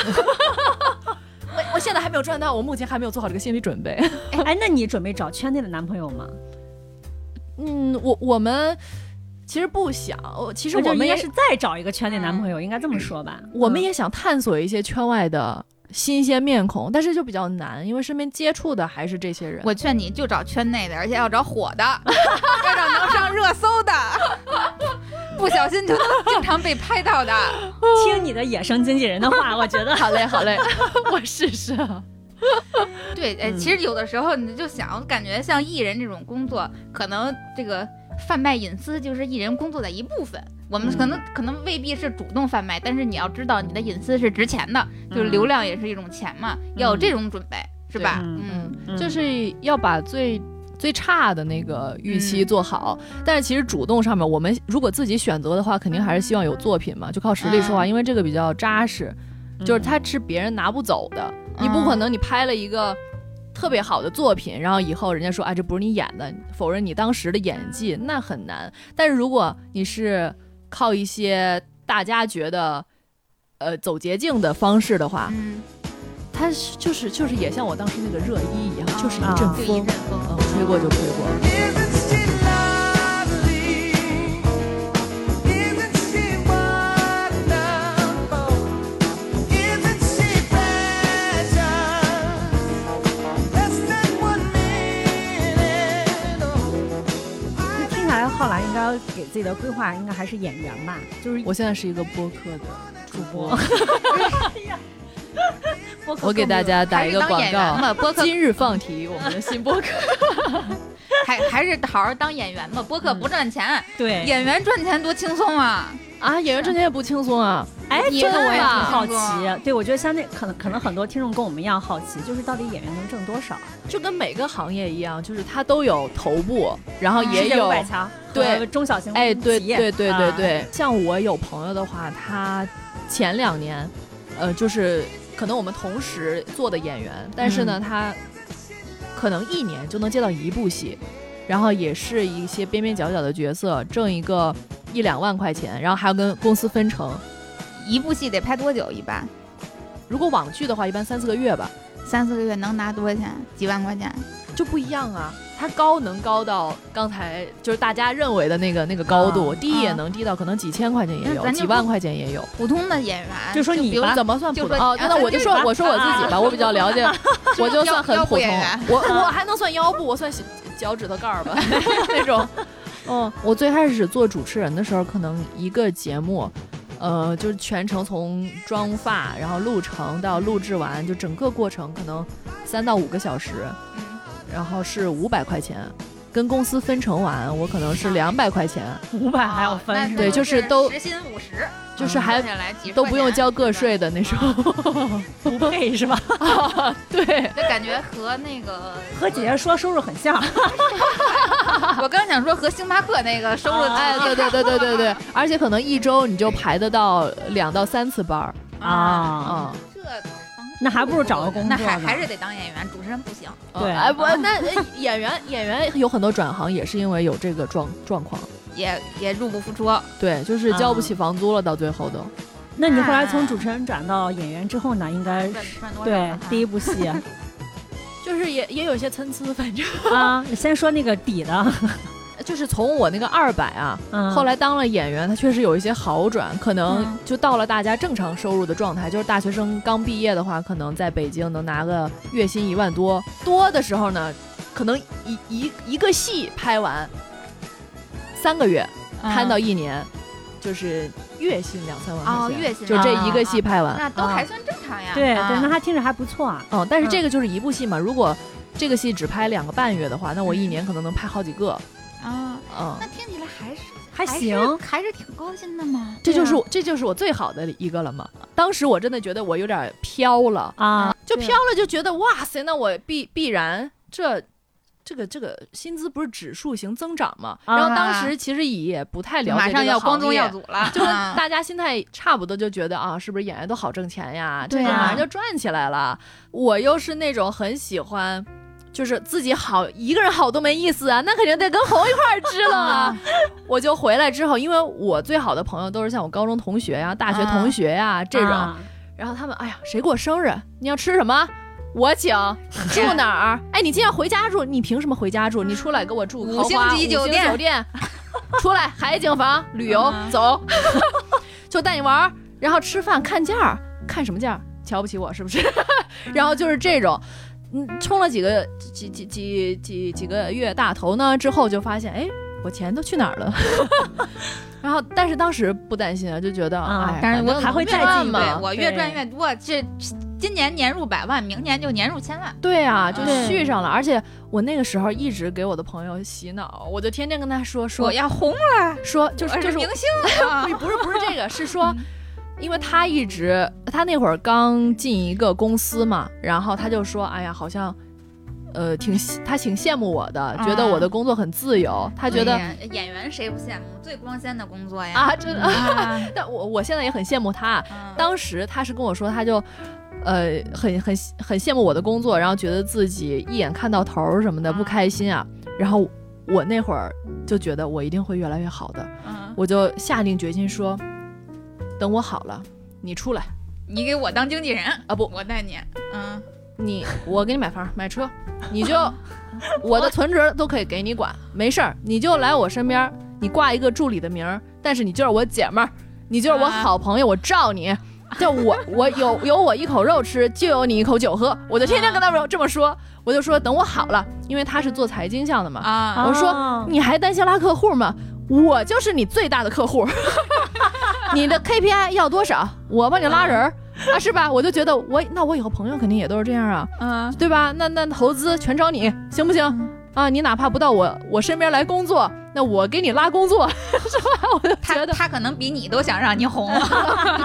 Speaker 2: 我我现在还没有赚到，我目前还没有做好这个心理准备。
Speaker 1: 哎，那你准备找圈内的男朋友吗？
Speaker 2: 嗯，我我们其实不想，我其实
Speaker 1: 那就
Speaker 2: 我们
Speaker 1: 应该
Speaker 2: 也
Speaker 1: 是再找一个圈内男朋友，应该这么说吧？
Speaker 2: 我们
Speaker 1: 嗯
Speaker 2: 也想探索一些圈外的新鲜面孔，但是就比较难，因为身边接触的还是这些人。
Speaker 4: 我劝你就找圈内的，而且要找火 的，要找能上热搜的， 不小心就能经常被拍到的。
Speaker 1: 听你的野生经纪人的话，我 觉得
Speaker 2: 好嘞，好嘞， 我试试啊。
Speaker 4: 对，哎，
Speaker 1: 嗯
Speaker 4: 其实有的时候你就想，我感觉像艺人这种工作，可能这个贩卖隐私就是艺人工作的一部分。我们
Speaker 1: 嗯
Speaker 4: 可能、可能未必是主动贩卖，但是你要知道你的隐私是值钱的，就是
Speaker 1: 嗯
Speaker 4: 流量也是一种钱嘛，要有这种准备，是吧？
Speaker 1: 对嗯
Speaker 4: 嗯，
Speaker 2: 嗯，就是要把最。最差的那个预期做好，但是其实主动上面，我们如果自己选择的话，肯定还是希望有作品嘛，就靠实力说话，
Speaker 4: 嗯
Speaker 2: 因为这个比较扎实，就是
Speaker 1: 嗯
Speaker 2: 它是别人拿不走的，你不可能你拍了一个特别好的作品，然后以后人家说啊这不是你演的，否认你当时的演技，那很难。但是如果你是靠一些大家觉得呃走捷径的方式的话，
Speaker 4: 嗯，
Speaker 2: 它是就是就是也像我当时那个热衣一样，就是一
Speaker 1: 啊
Speaker 2: 阵
Speaker 4: 就一
Speaker 2: 风
Speaker 4: 阵，风
Speaker 2: 嗯，，吹过就吹过。
Speaker 6: If it's still lovely, if it's still wonderful, if it's still precious, less than one minute.
Speaker 1: 那听下来，浩兰应该给自己的规划应该还是演员吧，就是
Speaker 2: 我现在是一个播客的主播，
Speaker 1: 播客
Speaker 2: 我给大家打
Speaker 4: 还
Speaker 2: 一
Speaker 4: 是
Speaker 2: 个
Speaker 4: 当
Speaker 2: 广
Speaker 4: 演员
Speaker 2: 告，
Speaker 4: 吧，播客
Speaker 2: 今日放题我们的新播客。
Speaker 4: 还还是好好当演员吧，播
Speaker 2: 嗯
Speaker 4: 客不赚钱，
Speaker 1: 对，
Speaker 4: 演员赚钱多轻松啊！
Speaker 2: 啊，演员挣钱也不轻松啊！
Speaker 1: 哎，
Speaker 4: 你
Speaker 1: 这个
Speaker 4: 看
Speaker 1: 我也很
Speaker 4: 吧
Speaker 1: 好奇。对，我觉得相对可能可能很多听众跟我们一样好奇，就是到底演员能挣多少？
Speaker 2: 就跟每个行业一样，就是它都有头部，然后
Speaker 4: 嗯
Speaker 2: 也
Speaker 1: 世界
Speaker 2: 有
Speaker 1: 五，百强，
Speaker 2: 对，
Speaker 1: 中小型企业，
Speaker 2: 哎，对对对对
Speaker 1: 啊，
Speaker 2: 对，像我有朋友的话，他前两年，呃，就是可能我们同时做的演员，但是呢，他可能一年就能接到一部戏，然后也是一些边边角角的角色，挣一个一两万块钱，然后还要跟公司分成。
Speaker 4: 一部戏得拍多久？一般
Speaker 2: 如果网剧的话，一般三四个月吧，
Speaker 4: 三四个月能拿多少钱？几万块钱？
Speaker 2: 就不一样啊。它高能高到刚才就是大家认为的那个那个高度，
Speaker 1: 啊
Speaker 2: 低也能低到可能几千块钱也
Speaker 4: 那
Speaker 2: 有，
Speaker 4: 咱就
Speaker 2: 几万块钱也有。
Speaker 4: 普通的演员，
Speaker 1: 就说你
Speaker 4: 比如
Speaker 1: 吧
Speaker 2: 怎么算
Speaker 4: 就啊
Speaker 2: 普
Speaker 4: 说
Speaker 2: 通？哦，
Speaker 4: 啊
Speaker 2: 那我就说
Speaker 1: 对吧
Speaker 2: 我说我自己吧，我比较了 解，我就算很
Speaker 4: 腰部
Speaker 2: 普
Speaker 4: 演
Speaker 2: 通啊
Speaker 4: 员，
Speaker 2: 我我还能算腰部，我算小脚趾头盖 儿吧那种。嗯，我最开始做主持人的时候，可能一个节目，呃，就是全程从妆发，然后录成到录制完，就整个过程可能三到五个小时，
Speaker 4: 嗯
Speaker 2: 然后是五百块钱，跟公司分成完，我可能是两百块钱，
Speaker 1: 五百还要
Speaker 4: 哦
Speaker 1: 分
Speaker 4: 那
Speaker 1: 是吧
Speaker 2: 对
Speaker 4: 那
Speaker 2: 就是都
Speaker 4: 时薪五十，
Speaker 2: 就是
Speaker 4: 算
Speaker 2: 还
Speaker 4: 下嗯来几十
Speaker 2: 都
Speaker 4: 块
Speaker 2: 不用
Speaker 4: 钱
Speaker 2: 交个税，的那种。
Speaker 1: 不配是吧？
Speaker 2: 对，
Speaker 4: 就感觉和那个
Speaker 1: 和姐姐说收入很像，
Speaker 4: 我刚想说和星巴克那个收入
Speaker 1: 啊
Speaker 2: 哎，对对对对对对，而且可啊能一周你就排得到两到三次班儿
Speaker 1: 啊
Speaker 2: 啊、
Speaker 4: 这
Speaker 1: 那还不如找个工
Speaker 4: 那
Speaker 1: 作
Speaker 4: 还
Speaker 1: 呢。
Speaker 4: 还是得当演员，主持人不行。
Speaker 1: 对
Speaker 2: 哎不，那呃演员演员有很多转行也是因为有这个状状况，
Speaker 4: 也也入不敷出，
Speaker 2: 对，就是交不
Speaker 1: 啊
Speaker 2: 起房租了，到最后都。
Speaker 1: 那你后来从主持人转到演员之后呢，应该
Speaker 4: 赚
Speaker 1: 是
Speaker 4: 赚多少
Speaker 1: 对
Speaker 4: 啊？
Speaker 1: 第一部戏
Speaker 2: 就是也也有一些参差，反正
Speaker 1: 啊，先说那个底的，
Speaker 2: 就是从我那个二百啊，
Speaker 1: 嗯，
Speaker 2: 后来当了演员，他确实有一些好转，可能
Speaker 4: 嗯
Speaker 2: 就到了大家正常收入的状态。就是大学生刚毕业的话，可能在北京能拿个月薪一万多，多的时候呢，可能一一一个戏拍完三个月，
Speaker 4: 嗯
Speaker 2: 摊到一年，就是月薪两三万块
Speaker 4: 哦，
Speaker 2: 钱。
Speaker 4: 月薪
Speaker 2: 就这一个戏
Speaker 4: 啊
Speaker 2: 拍
Speaker 4: 啊
Speaker 2: 完，
Speaker 4: 那都还算正常呀。
Speaker 1: 对对，
Speaker 4: 啊
Speaker 1: 那还听着还不错啊。
Speaker 2: 哦，但是
Speaker 4: 嗯
Speaker 2: 这个就是一部戏嘛。如果这个戏只拍两个半月的话，那我
Speaker 4: 嗯
Speaker 2: 一年可能能拍好几个。
Speaker 4: 啊，
Speaker 2: 嗯，
Speaker 4: 那听起来还是
Speaker 1: 还
Speaker 4: 是
Speaker 1: 行
Speaker 4: 还是挺高兴的嘛。
Speaker 2: 这就
Speaker 4: 对啊
Speaker 2: 是我这就是我最好的一个了嘛。当时我真的觉得我有点飘了，
Speaker 1: 啊，
Speaker 2: 就
Speaker 4: 对
Speaker 2: 飘了，就觉得哇塞，那我必必然这。这个这个薪资不是指数型增长嘛？
Speaker 1: 啊
Speaker 2: 然后当时其实也不太
Speaker 4: 啊
Speaker 2: 了解
Speaker 4: 马上
Speaker 2: 这个
Speaker 4: 要
Speaker 2: 行
Speaker 4: 光宗
Speaker 2: 业
Speaker 4: 耀祖了，
Speaker 2: 就是
Speaker 4: 啊
Speaker 2: 大家心态差不多，就觉得啊，是不是演员都好挣钱呀？这
Speaker 4: 对
Speaker 2: 个马
Speaker 4: 啊
Speaker 2: 上就赚起来了。我又是那种很喜欢，就是自己好一个人好都没意思啊，那肯定得跟红一块儿支
Speaker 4: 嗯
Speaker 2: 了啊。我就回来之后，因为我最好的朋友都是像我高中同学呀、大学同学呀、这种，
Speaker 1: 啊
Speaker 2: 然后他们哎呀，谁过生日？你要吃什么？我 请，住哪儿？哎，你今天回家住，你凭什么回家住？你出来给我住
Speaker 4: 五
Speaker 2: 豪华
Speaker 4: 星级酒
Speaker 2: 五星
Speaker 4: 店
Speaker 2: 酒店 出来海景房旅游、
Speaker 4: 嗯
Speaker 2: 走， 就带你玩儿，然后吃饭看价儿，看什么价儿？瞧不起我是不是？ 然后就是这种，嗯，充了几个几几几几几个月大头呢之后，就发现哎，我钱都去哪儿了？ 然后，但是当时不担心啊，就觉得
Speaker 1: 啊
Speaker 2: 哎，
Speaker 1: 但是
Speaker 2: 反
Speaker 1: 我
Speaker 2: 正
Speaker 1: 还会
Speaker 2: 能
Speaker 1: 再
Speaker 2: 赚
Speaker 1: 进
Speaker 2: 嘛，
Speaker 4: 对我越
Speaker 1: 对
Speaker 4: 赚越多，这今年年入百万，明年就年入千万。
Speaker 2: 对啊，就
Speaker 4: 对
Speaker 2: 续上了。而且我那个时候一直给我的朋友洗脑，我就天天跟他说
Speaker 4: 我
Speaker 2: 说
Speaker 4: 要红了，
Speaker 2: 说，就是
Speaker 4: 我嗯
Speaker 2: 就是是
Speaker 4: 明
Speaker 2: 我
Speaker 4: 星啊！
Speaker 2: 不是不是这个，是说。因为他一直，他那会儿刚进一个公司嘛，然后他就说：“哎呀，好像，呃，挺羡他挺羡慕我的，觉得我的工作很自由。他觉得
Speaker 4: 嗯对呀演员谁不羡慕？最光鲜的工作呀！嗯
Speaker 2: 啊，真的，但我我现在也很羡慕他。
Speaker 4: 啊，
Speaker 2: 当时他是跟我说，他就，呃，很很很羡慕我的工作，然后觉得自己一眼看到头儿什么的
Speaker 4: 啊
Speaker 2: 不开心啊。然后我那会儿就觉得我一定会越来越好的，
Speaker 4: 嗯
Speaker 2: 我就下定决心说，等我好了，你出来
Speaker 4: 你给我当经纪人
Speaker 2: 啊不，
Speaker 4: 我带你。嗯，
Speaker 2: 你我给你买房买车，你就我的存折都可以给你管，没事儿，你就来我身边儿，你挂一个助理的名儿，但是你就是我姐们儿，你就是我好朋友，我罩你。 就我我有有我一口肉吃，就有你一口酒喝，我就天天跟他们这么说，我就说等我好了，因为他是做财经项的嘛，
Speaker 4: 啊，
Speaker 2: 我说
Speaker 1: 啊
Speaker 2: 你还担心拉客户吗？我就是你最大的客户， 你的 KPI 要多少，我帮你拉人儿啊，是吧？我就觉得我那我以后朋友肯定也都是这样啊，
Speaker 4: 嗯，
Speaker 2: 对吧？那那投资全找你，行不行？啊，你哪怕不到我我身边来工作，那我给你拉工作， 是吧？我就
Speaker 4: 他
Speaker 2: 觉得
Speaker 4: 他可能比你都想让你红。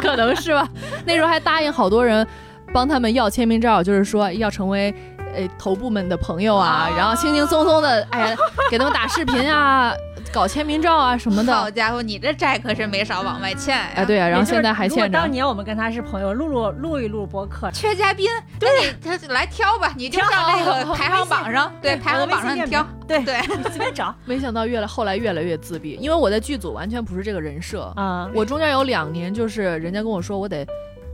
Speaker 2: 可能是吧。那时候还答应好多人帮他们要签名照，就是说要成为。呃，头部们的朋友啊，然后轻轻松松的，哎呀，给他们打视频啊，搞签名照啊什么的。
Speaker 4: 好家伙，你这债可是没少往外欠呀！
Speaker 2: 啊，对啊，然后现在还
Speaker 1: 也就是
Speaker 2: 欠
Speaker 1: 如
Speaker 2: 着
Speaker 1: 果当。年我们跟他是朋友，录录录一录播客，
Speaker 4: 缺嘉宾，对，他来挑吧，你就上那
Speaker 2: 挑
Speaker 4: 个排行榜上，对，排行榜上你挑，
Speaker 1: 对
Speaker 4: 对，
Speaker 1: 随便找
Speaker 2: 没想到越来后来越来越自闭，因为我在剧组完全不是这个人设。
Speaker 1: 啊。
Speaker 2: 我中间有两年，就是人家跟我说我得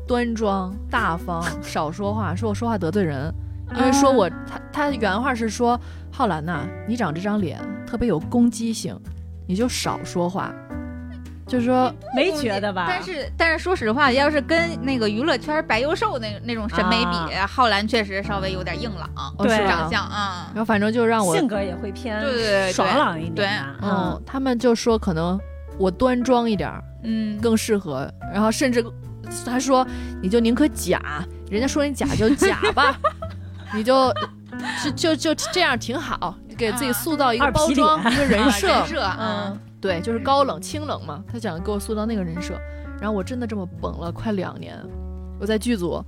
Speaker 2: 端庄大方，少说话，说我说话得罪人，因为说我他他原话是说浩然呐、你长这张脸特别有攻击性，你就少说话，就是说
Speaker 1: 没觉得吧？
Speaker 4: 但是但是说实话，要是跟那个娱乐圈白幼瘦那那种审美比，浩然确实稍微有点硬朗，
Speaker 2: 哦是
Speaker 1: 对
Speaker 2: 啊
Speaker 4: 长，相啊
Speaker 2: 然，后反正就让我
Speaker 1: 性格也会偏
Speaker 4: 对对对
Speaker 1: 爽朗一点啊。
Speaker 2: 嗯，他们就说可能我端庄一点儿，
Speaker 4: 嗯，
Speaker 2: 更适合。然后甚至他说，你就宁 可假，人家说你假就假吧，你就就就就这样挺好，给自己塑造一个
Speaker 1: 二皮
Speaker 2: 包装，
Speaker 1: 脸
Speaker 2: 一个人
Speaker 4: 啊
Speaker 2: 设。
Speaker 4: 人设，
Speaker 1: 嗯
Speaker 4: 嗯，
Speaker 2: 对，就是高冷清冷嘛，他想给我塑造那个人设。然后我真的这么绷了快两年，我在剧组。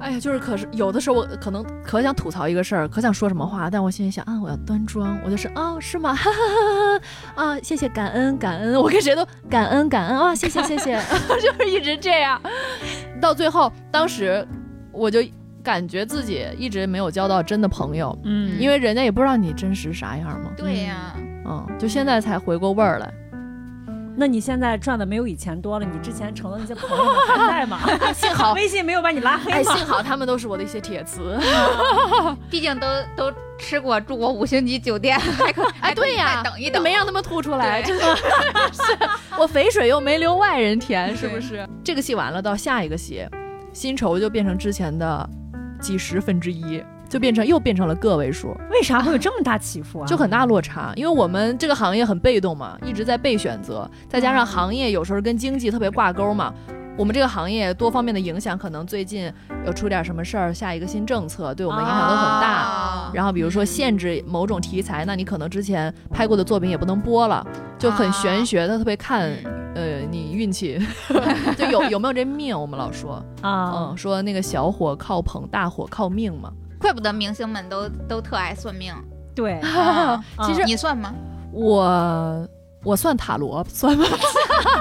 Speaker 2: 哎呀，就是可是有的时候我可能可想吐槽一个事儿，可想说什么话，但我心里想啊，我要端庄，我就是哦，是吗？ 哈哈哈哈啊，谢谢感恩感恩，我跟谁都感 恩感恩啊，谢谢谢谢，就是一直这样。到最后，当时我我就感觉自己一直没有交到真的朋友，
Speaker 1: 嗯，
Speaker 2: 因为人家也不知道你真实啥样嘛。
Speaker 4: 对呀、
Speaker 2: 嗯，就现在才回过味儿来。
Speaker 1: 那你现在赚的没有以前多了，你之前成了那些朋友们还在吗？
Speaker 2: 幸好，
Speaker 1: 微信没有把你拉黑
Speaker 2: 哎，
Speaker 1: 吗？
Speaker 2: 幸好嗯他们都是我的一些铁磁。
Speaker 4: 毕竟都都吃过住过五星级酒店，还可
Speaker 2: 哎，对呀，
Speaker 4: 再等一等，啊
Speaker 2: 没让他们吐出来，
Speaker 4: 对
Speaker 2: 真 的是我肥水又没流外人田，是不是？这个戏完了，到下一个戏，薪酬就变成之前的几十分之一，就变成又变成了个位数，
Speaker 1: 为啥会有这么大起伏啊？
Speaker 2: 就很大落差。因为我们这个行业很被动嘛，一直在被选择，再加上行业有时候跟经济特别挂钩嘛。我们这个行业多方面的影响，可能最近有出点什么事儿，下一个新政策对我们影响都很大。
Speaker 4: 啊
Speaker 2: 然后比如说限制某种题材，那你可能之前拍过的作品也不能播了，就
Speaker 4: 啊
Speaker 2: 很玄学，它特别看
Speaker 4: 嗯
Speaker 2: 呃你运 气，就有有没有这命，我们老说，
Speaker 1: 啊
Speaker 2: 嗯，，说那个小火靠捧，大火靠命嘛。
Speaker 4: 怪不得明星们都都特爱算命。
Speaker 1: 对，
Speaker 4: 啊
Speaker 2: 其实
Speaker 4: 你算吗？
Speaker 2: 我我算塔罗算吗？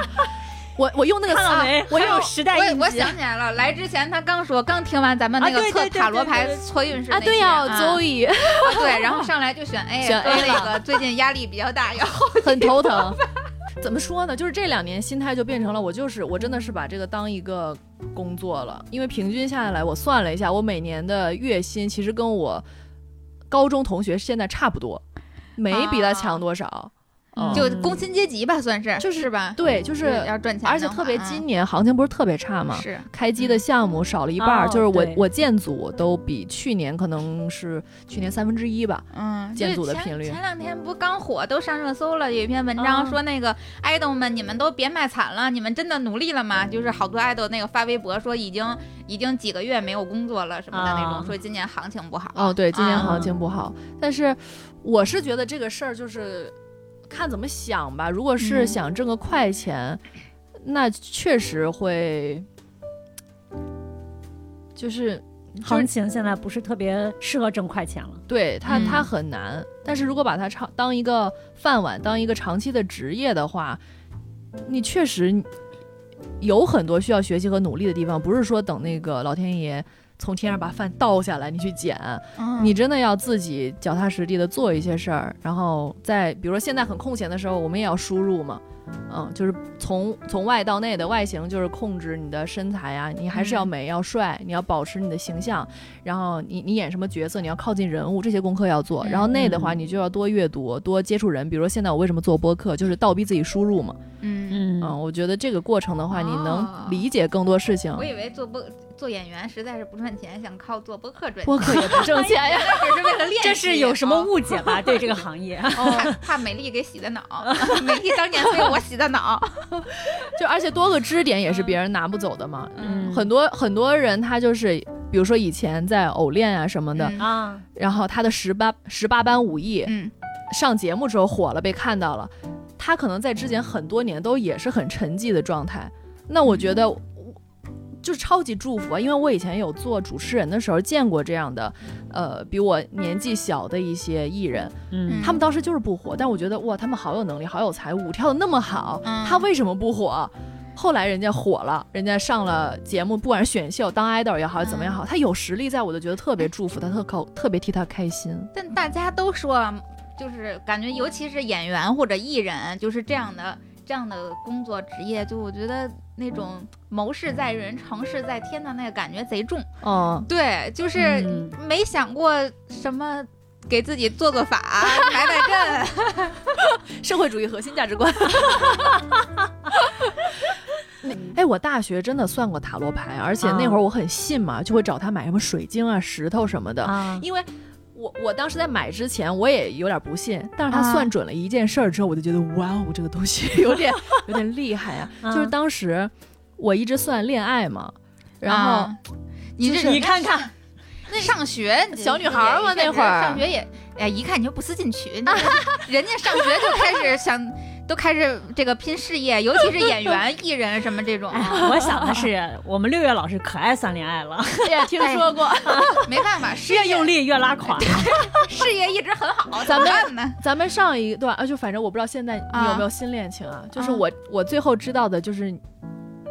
Speaker 2: 我我用那个
Speaker 1: 看到
Speaker 2: 啊
Speaker 1: 没？
Speaker 2: 我
Speaker 1: 还
Speaker 2: 用
Speaker 1: 有时代
Speaker 4: 我
Speaker 1: 印
Speaker 4: 我
Speaker 1: 记
Speaker 4: 想起来了，来之前他刚说，刚听完咱们那
Speaker 1: 啊
Speaker 4: 个
Speaker 1: 对
Speaker 4: 测
Speaker 1: 对对
Speaker 4: 塔罗
Speaker 1: 对
Speaker 4: 牌
Speaker 1: 对对
Speaker 4: 测运势
Speaker 2: 啊，
Speaker 4: 那
Speaker 2: 对
Speaker 4: 些
Speaker 2: 呀、
Speaker 4: 啊
Speaker 2: z o e
Speaker 4: 啊对，然后上来就选 A，
Speaker 2: 选 A
Speaker 4: 说那个最近压力比较大，要
Speaker 2: 很头疼。怎么说呢？就是这两年心态就变成了，我就是我真的是把这个当一个工作了，因为平均下来，我算了一下，我每年的月薪其实跟我高中同学现在差不多，没比他强多少。
Speaker 1: 啊
Speaker 2: 嗯
Speaker 4: 就工薪阶级吧，算是
Speaker 2: 就是
Speaker 4: 是吧？
Speaker 2: 对，就
Speaker 4: 就是
Speaker 2: 是
Speaker 4: 要赚钱，嗯
Speaker 2: 而且特别今年行情不是特别差吗？
Speaker 4: 啊是
Speaker 2: 开机的项目少了一半儿，
Speaker 1: 哦
Speaker 2: 就是我
Speaker 1: 对
Speaker 2: 我建组都比去年可能是去年三分之一吧。
Speaker 4: 嗯，
Speaker 2: 建
Speaker 4: 就是
Speaker 2: 组的
Speaker 4: 前
Speaker 2: 频率嗯
Speaker 4: 前两天不刚火，都上热搜了，有一篇文章说那个爱豆们，你们都别卖惨了，你们真的努力了吗？就是好多爱豆那个发微博说已经已经几个月没有工作了什么的那
Speaker 1: 啊
Speaker 4: 种，说今年行情不好。
Speaker 2: 哦，对，今年
Speaker 4: 啊
Speaker 2: 行情不好，但是我是觉得这个事儿就是看怎么想吧。如果是
Speaker 4: 嗯
Speaker 2: 想挣个快钱，那确实会就是
Speaker 1: 行情现在不是特别适合挣快钱了。
Speaker 2: 对它
Speaker 4: 嗯
Speaker 2: 它很难。但是如果把它长当一个饭碗，当一个长期的职业的话，你确实有很多需要学习和努力的地方，不是说等那个老天爷从天上把饭倒下来你去捡。
Speaker 4: 嗯
Speaker 2: 你真的要自己脚踏实地的做一些事儿，然后在比如说现在很空闲的时候，我们也要输入嘛，嗯，就是从从外到内的外形就是控制你的身材啊，你还是
Speaker 4: 嗯
Speaker 2: 要美、要帅，你要保持你的形象，然后你你演什么角色，你要靠近人物，这些功课要做。
Speaker 4: 嗯
Speaker 2: 然后内的话，
Speaker 1: 嗯
Speaker 2: 你就要多阅读、多接触人，比如说现在我为什么做播客，就是倒逼自己输入嘛，
Speaker 4: 嗯，
Speaker 1: 嗯
Speaker 2: 嗯，我觉得这个过程的话，你
Speaker 4: 哦
Speaker 2: 能理解更多事情
Speaker 4: 我。以为做播做演员实在是不赚钱，想靠做播客赚钱，
Speaker 2: 播客也不挣钱 呀，
Speaker 4: 只是为了练习。
Speaker 1: 这是有什么
Speaker 4: 哦
Speaker 1: 误解吧？对这个行业，
Speaker 4: 怕怕美丽给洗的脑，美丽当年被我洗的脑。
Speaker 2: 就而且多个支点也是别人拿不走的嘛，
Speaker 1: 嗯
Speaker 2: 很多很多人他就是，比如说以前在偶练啊什么的，
Speaker 4: 嗯
Speaker 1: 啊，
Speaker 2: 然后他的十八十八般武艺
Speaker 4: 嗯，
Speaker 2: 上节目之后火了，被看到了，他可能在之前很多年都也是很沉寂的状态。那我觉
Speaker 4: 嗯
Speaker 2: 得我。就是超级祝福啊！因为我以前有做主持人的时候见过这样的，呃，比我年纪小的一些艺人，
Speaker 1: 嗯
Speaker 4: 嗯
Speaker 2: 他们当时就是不火，但我觉得哇，他们好有能力，好有才，舞跳的那么好，
Speaker 4: 嗯
Speaker 2: 他为什么不火？后来人家火了，人家上了节目，不管是选秀当 idol 也好，怎么
Speaker 4: 嗯
Speaker 2: 样好，他有实力在，我就觉得特别祝福他，特高，特别替他开心。
Speaker 4: 但大家都说，就是感觉，尤其是演员或者艺人，就是这样的这样的工作职业，就我觉得那种谋事在人，成事在天的那个感觉贼重。
Speaker 2: 嗯，
Speaker 4: 对，就是
Speaker 1: 嗯
Speaker 4: 没想过什么。给自己做做法，摆摆阵，
Speaker 2: 社会主义核心价值观。 哎，我大学真的算过塔罗牌，而
Speaker 4: 嗯
Speaker 2: 且那会儿我很信嘛，就会找他买什么水晶啊、石头什么的。
Speaker 1: 啊，
Speaker 2: 因为我我当时在买之前，我也有点不信，但是他
Speaker 4: 啊
Speaker 2: 算准了一件事儿之后，我就觉得哇哦，这个东 西有点有点厉害啊！
Speaker 4: 嗯
Speaker 1: 啊
Speaker 2: 就是当时我一直算恋爱嘛，然后、
Speaker 4: 啊你这
Speaker 1: 你看看，
Speaker 4: 那上学你
Speaker 2: 小女孩儿嘛
Speaker 4: 也
Speaker 2: 那会儿
Speaker 4: 上学也哎，一看你就不思进取，你人家上学就开始想，都开始这个拼事业，尤其是演 员、艺人什么这种，
Speaker 1: 哎，我想的是，我们六月老师可爱三恋爱 了，
Speaker 2: 也听
Speaker 4: 哎
Speaker 2: 说过，
Speaker 4: 没办法，事
Speaker 1: 越
Speaker 4: 业
Speaker 1: 用力越拉垮。
Speaker 4: 事业一直很好，
Speaker 2: 咱们
Speaker 4: 怎么办呢？
Speaker 2: 咱们上一段啊，就反正我不知道现在你有没有新恋情啊，就是我我最后知道的就是。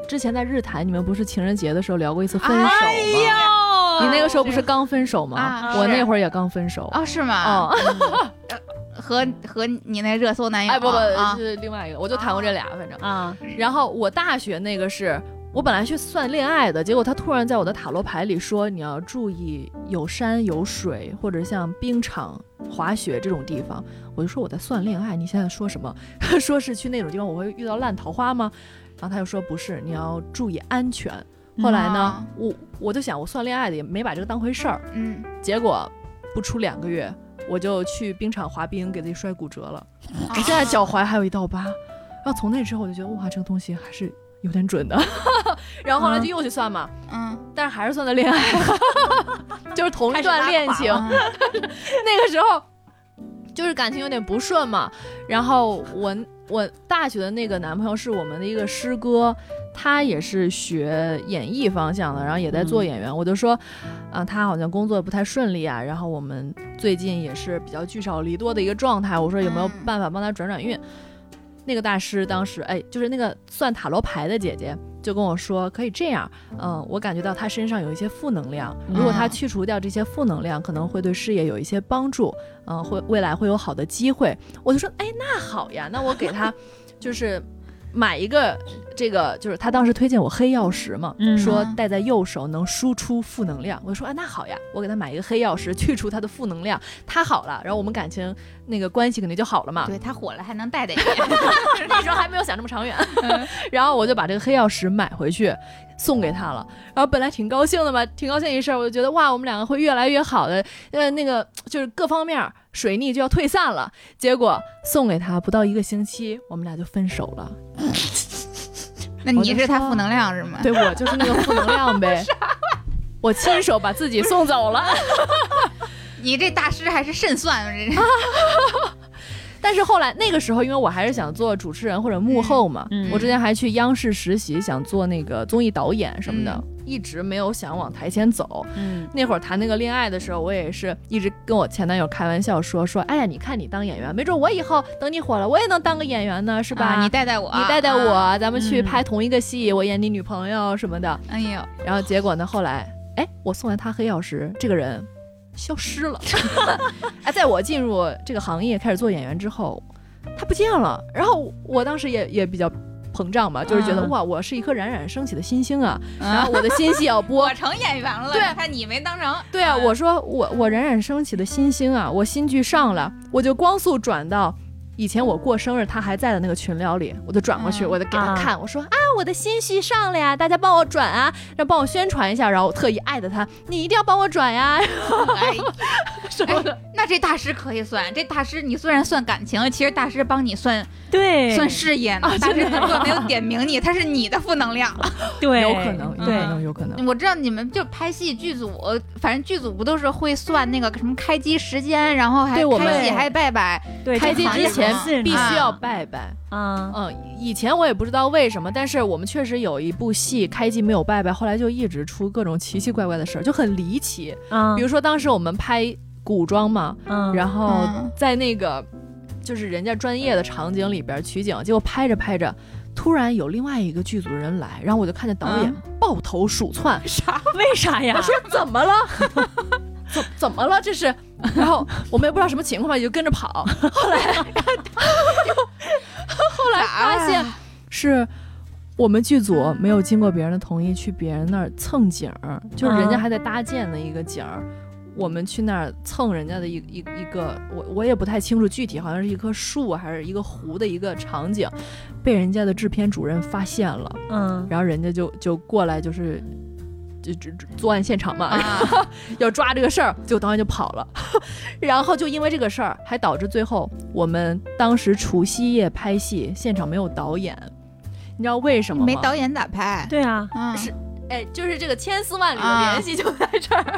Speaker 2: 之前在日坛，你们不是情人节的时候聊过一次分手吗？
Speaker 1: 哎呦，
Speaker 4: 哦
Speaker 2: 你那个时候不是刚分手吗？
Speaker 4: 啊
Speaker 2: 我
Speaker 4: 是
Speaker 2: 那会儿也刚分手。
Speaker 4: 啊？是吗？
Speaker 2: 哦，
Speaker 4: 呃和和你那热搜男友？
Speaker 2: 哎不
Speaker 4: 啊
Speaker 2: 不，是另外一个，我就谈过这俩，反正。
Speaker 1: 啊，
Speaker 2: 然后我大学那个是我本来去算恋爱的，结果他突然在我的塔罗牌里说你要注意有山有水，或者像冰场、滑雪这种地方。我就说我在算恋爱，你现在说什么？ 说是去那种地方我会遇到烂桃花吗？然后他就说不是，你要注意安全。后来呢，我我就想我算恋爱的也没把这个当回事儿，
Speaker 4: 嗯，
Speaker 2: 结果不出两个月，我就去冰场滑冰，给自己摔骨折了。我
Speaker 4: 啊
Speaker 2: 哎现在脚踝还有一道疤。然后从那之后，我就觉得哇，这个东西还是有点准的。 然后后来就又去算嘛，
Speaker 4: 嗯
Speaker 2: 但是还是算的恋爱， 就是同一段恋情。
Speaker 4: 嗯
Speaker 2: 那个时候就是感情有点不顺嘛。然后我我大学的那个男朋友是我们的一个师哥，他也是学演艺方向的，然后也在做演员。我就说，啊、他好像工作不太顺利啊。然后我们最近也是比较聚少离多的一个状态。我说有没有
Speaker 4: 嗯
Speaker 2: 办法帮他转转运？那个大师当时，哎，就是那个算塔罗牌的姐姐，就跟我说可以这样，嗯，我感觉到他身上有一些负能量，如果他
Speaker 4: 嗯
Speaker 2: 去除掉这些负能量，可能会对事业有一些帮助，嗯，会未来会有好的机会。我就说，哎，那好呀，那我给他就是买一个这个，就是他当时推荐我黑曜石嘛，
Speaker 1: 嗯
Speaker 2: 说戴在右手能输出负能量。我就说，啊，那好呀，我给他买一个黑曜石，去除他的负能量，他好了，然后我们感情那个关系肯定就好了嘛。
Speaker 4: 对他火了还 能带带你，
Speaker 2: 那时候还没有想这么长远。
Speaker 1: 嗯
Speaker 2: 然后我就把这个黑曜石买回去送给他了。然后本来挺高兴的嘛，挺高兴一事儿，我就觉得哇，我们两个会越来越好的，呃，那个就是各方面儿水逆就要退散了。结果送给他不到一个星期，我们俩就分手了。
Speaker 4: 那你是他负能量是
Speaker 1: 啊
Speaker 4: 吗？
Speaker 2: 对我就是那个负能 量呗。我亲手把自己送走了，
Speaker 4: 你这大师还是慎算，啊这
Speaker 2: 但是后来那个时候，因为我还是想做主持人或者幕后嘛，
Speaker 1: 嗯嗯
Speaker 2: 我之前还去央视实习，想做那个综艺导演什么的，一直没有想往台前走。
Speaker 1: 嗯
Speaker 2: 那会儿谈那个恋爱的时候，我也是一直跟我前男友开玩笑说说，哎呀，你看你当演员，没准我以后等你火了，我也能当个演员呢，是吧？
Speaker 4: 啊你带带我，
Speaker 2: 你带带我，
Speaker 4: 啊，
Speaker 2: 咱们去
Speaker 1: 嗯
Speaker 2: 拍同一个戏，我演你女朋友什么的。
Speaker 4: 哎呦，
Speaker 2: 然后结果呢，后来，哎，我送完他黑曜石，这个人消失 了。哎，在我进入这个行业开始做演员之后，他不见了。然后我当时也也比较膨胀吧，就是觉得、
Speaker 4: 嗯
Speaker 2: 哇，我是一颗冉冉升起的新星啊，然
Speaker 4: 啊
Speaker 2: 后我的新戏 要播
Speaker 4: 我成演员了，
Speaker 2: 对
Speaker 4: 看你没 当成，
Speaker 2: 对啊，
Speaker 1: 嗯
Speaker 2: 我说我我冉冉升起的新星啊，我新剧上了，我就光速转到以前我过生日他还在的那个群聊里，我就转过去，
Speaker 4: 嗯
Speaker 2: 我就给他看，我说啊，我的新戏上了呀，大家帮我转啊，让帮我宣传一下，然后我特意艾特他，你一定要帮我转呀
Speaker 4: 哎，
Speaker 2: 什么的。
Speaker 4: 那这大师可以算，这大师你虽然算感情，其实大师帮你算
Speaker 1: 对，
Speaker 4: 算事业呢。大师他 如果没有点名你，他是你的负能量。
Speaker 1: 对，嗯
Speaker 2: 有可能，有可
Speaker 1: 对，
Speaker 2: 能，有可能。
Speaker 4: 我知道你们就拍戏剧组，反正剧组不都是会算那个什么开机时间，然后还
Speaker 2: 对我们
Speaker 4: 开戏还拜拜，
Speaker 1: 对，
Speaker 2: 开
Speaker 1: 这
Speaker 2: 机
Speaker 1: 行业
Speaker 2: 之
Speaker 1: 很
Speaker 2: 前
Speaker 1: 信
Speaker 2: 必
Speaker 1: 任
Speaker 2: 须要拜拜。
Speaker 1: 啊，
Speaker 2: 嗯，以前我也不知道为什么，但是我们确实有一部戏开机没有拜拜，后来就一直出各种奇奇怪怪的事儿，就很离奇。
Speaker 1: 嗯
Speaker 2: 比如说当时我们拍古装嘛，
Speaker 1: 嗯，
Speaker 2: 然后
Speaker 4: 嗯
Speaker 2: 在那个就是人家专业的场景里边取景，结果拍着拍着。突然有另外一个剧组人来，然后我就看见导演抱头鼠窜，
Speaker 1: 为啥呀
Speaker 2: 我？说怎么了？ 怎怎么了？这是？然后我们也不知道什么情况，就跟着跑。后来，后来发现是我们剧组没有经过别人的同意去别人那儿蹭景儿，就是人家
Speaker 1: 啊
Speaker 2: 还在搭建的一个景儿。我们去那儿蹭人家的一一一个，我我也不太清楚具体，好像是一棵树还是一个湖的一个场景，被人家的制片主任发现了，
Speaker 1: 嗯，
Speaker 2: 然后人家就就过来就是就就就作案现场嘛，
Speaker 4: 啊，
Speaker 2: 要抓这个事儿，结果导演就跑了， 然后就因为这个事儿，还导致最后我们当时除夕夜拍戏，现场没有导演，你知道为什么吗？
Speaker 4: 没导演咋拍？
Speaker 1: 对啊，
Speaker 4: 嗯，
Speaker 2: 是哎，就是这个千丝万缕的
Speaker 4: 啊
Speaker 2: 联系就在这儿。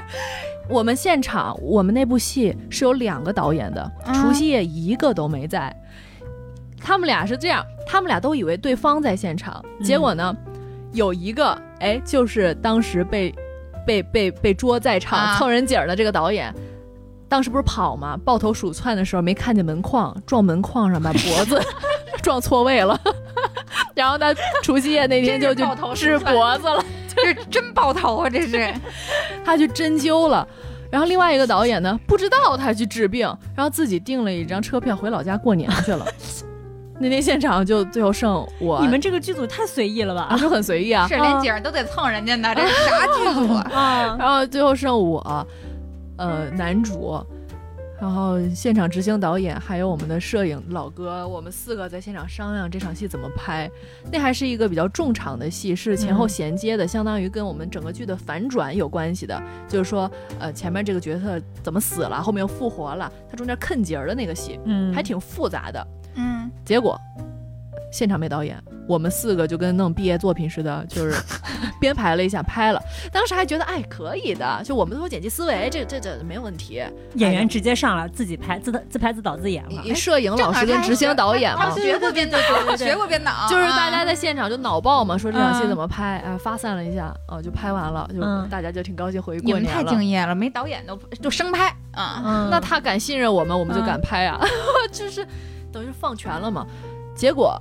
Speaker 2: 我们现场，我们那部戏是有两个导演的，
Speaker 4: 嗯
Speaker 2: 除夕夜一个都没在。他们俩是这样，他们俩都以为对方在现场，
Speaker 1: 嗯
Speaker 2: 结果呢，有一个哎，就是当时被被被被捉在场、
Speaker 4: 啊
Speaker 2: 蹭人景儿的这个导演。当时不是跑嘛，抱头鼠窜的时候没看见门框，撞门框上把脖子 撞错位了，然后他除夕夜那天就就
Speaker 4: 真是抱头鼠
Speaker 2: 治
Speaker 4: 窜
Speaker 2: 脖子了。
Speaker 4: 这真爆头啊！ 这是
Speaker 2: 他去针灸了。然后另外一个导演呢，不知道他去治病，然后自己订了一张车票回老家过年 去了。那天现场就最后剩我，
Speaker 1: 你 们这个剧组太随意了吧？
Speaker 2: 啊就很随意啊，
Speaker 4: 是连景儿都得蹭人家呢，这是啥剧组 啊？
Speaker 1: 啊，
Speaker 2: 然后最后剩我，呃，男主，然后现场执行导演，还有我们的摄影老哥，我们四个在现场商量这场戏怎么拍。那还是一个比较重场的戏，是前后
Speaker 1: 嗯
Speaker 2: 衔接的，相当于跟我们整个剧的反转有关系的。就是说，呃，前面这个角色怎么死了，后面又复活了，他中间坑节儿的那个戏，
Speaker 1: 嗯，
Speaker 2: 还挺复杂的。
Speaker 4: 嗯，
Speaker 2: 结果现场没导演，我们四个就跟弄毕业作品似的，就是 编排了一下拍了。当时还觉得哎可以的，就我们都有剪辑思维，这这这没有问题。
Speaker 4: 哎
Speaker 1: 演员直接上了，自己拍自自拍自导自演了。
Speaker 2: 以摄影老师
Speaker 4: 正
Speaker 2: 跟
Speaker 4: 好
Speaker 2: 执行导演
Speaker 4: 他啊
Speaker 2: 嘛
Speaker 4: 们，学过编导，学过编 导，嗯
Speaker 2: 就是大家在现场就脑爆嘛，说这场戏
Speaker 1: 嗯
Speaker 2: 怎么拍，啊，发散了一下，哦，就拍完了，就
Speaker 1: 嗯
Speaker 2: 大家就挺高兴回
Speaker 4: 你
Speaker 2: 过
Speaker 4: 们
Speaker 2: 年
Speaker 4: 太
Speaker 2: 了
Speaker 4: 敬。业了，没导演都就生拍啊。
Speaker 1: 嗯，
Speaker 2: 那他敢信任我们，我们就
Speaker 1: 嗯
Speaker 2: 敢拍啊， 就是等于是放权了嘛。结果，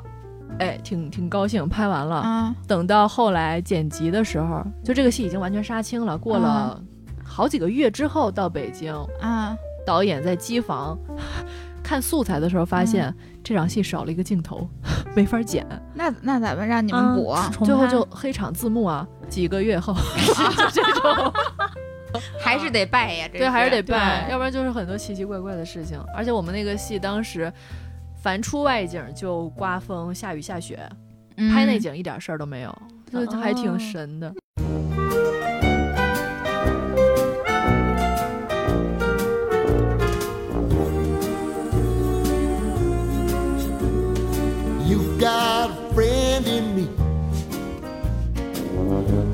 Speaker 2: 哎，挺挺高兴，拍完了，
Speaker 4: 嗯，
Speaker 2: 等到后来剪辑的时候，就这个戏已经完全杀青了。过了好几个月之后到北京，
Speaker 4: 啊，
Speaker 2: 导演在机房看素材的时候发现、
Speaker 4: 嗯
Speaker 2: 这场戏少了一个镜头， 没法剪，
Speaker 4: 那那咱们让你们补，啊
Speaker 1: 嗯重
Speaker 2: 啊最后
Speaker 1: 拍
Speaker 2: 就黑场字幕啊。几个月后，就这种
Speaker 4: 还是得拜呀，这
Speaker 2: 对还是得办，
Speaker 4: 对
Speaker 2: 要不然就是很多奇奇怪怪的事情。而且我们那个戏当时。凡出外景就刮风、下雨、下雪，
Speaker 4: 嗯
Speaker 2: 拍内景一点事儿都没有，就还挺
Speaker 1: 哦
Speaker 2: 神的。
Speaker 6: You've got a friend in me.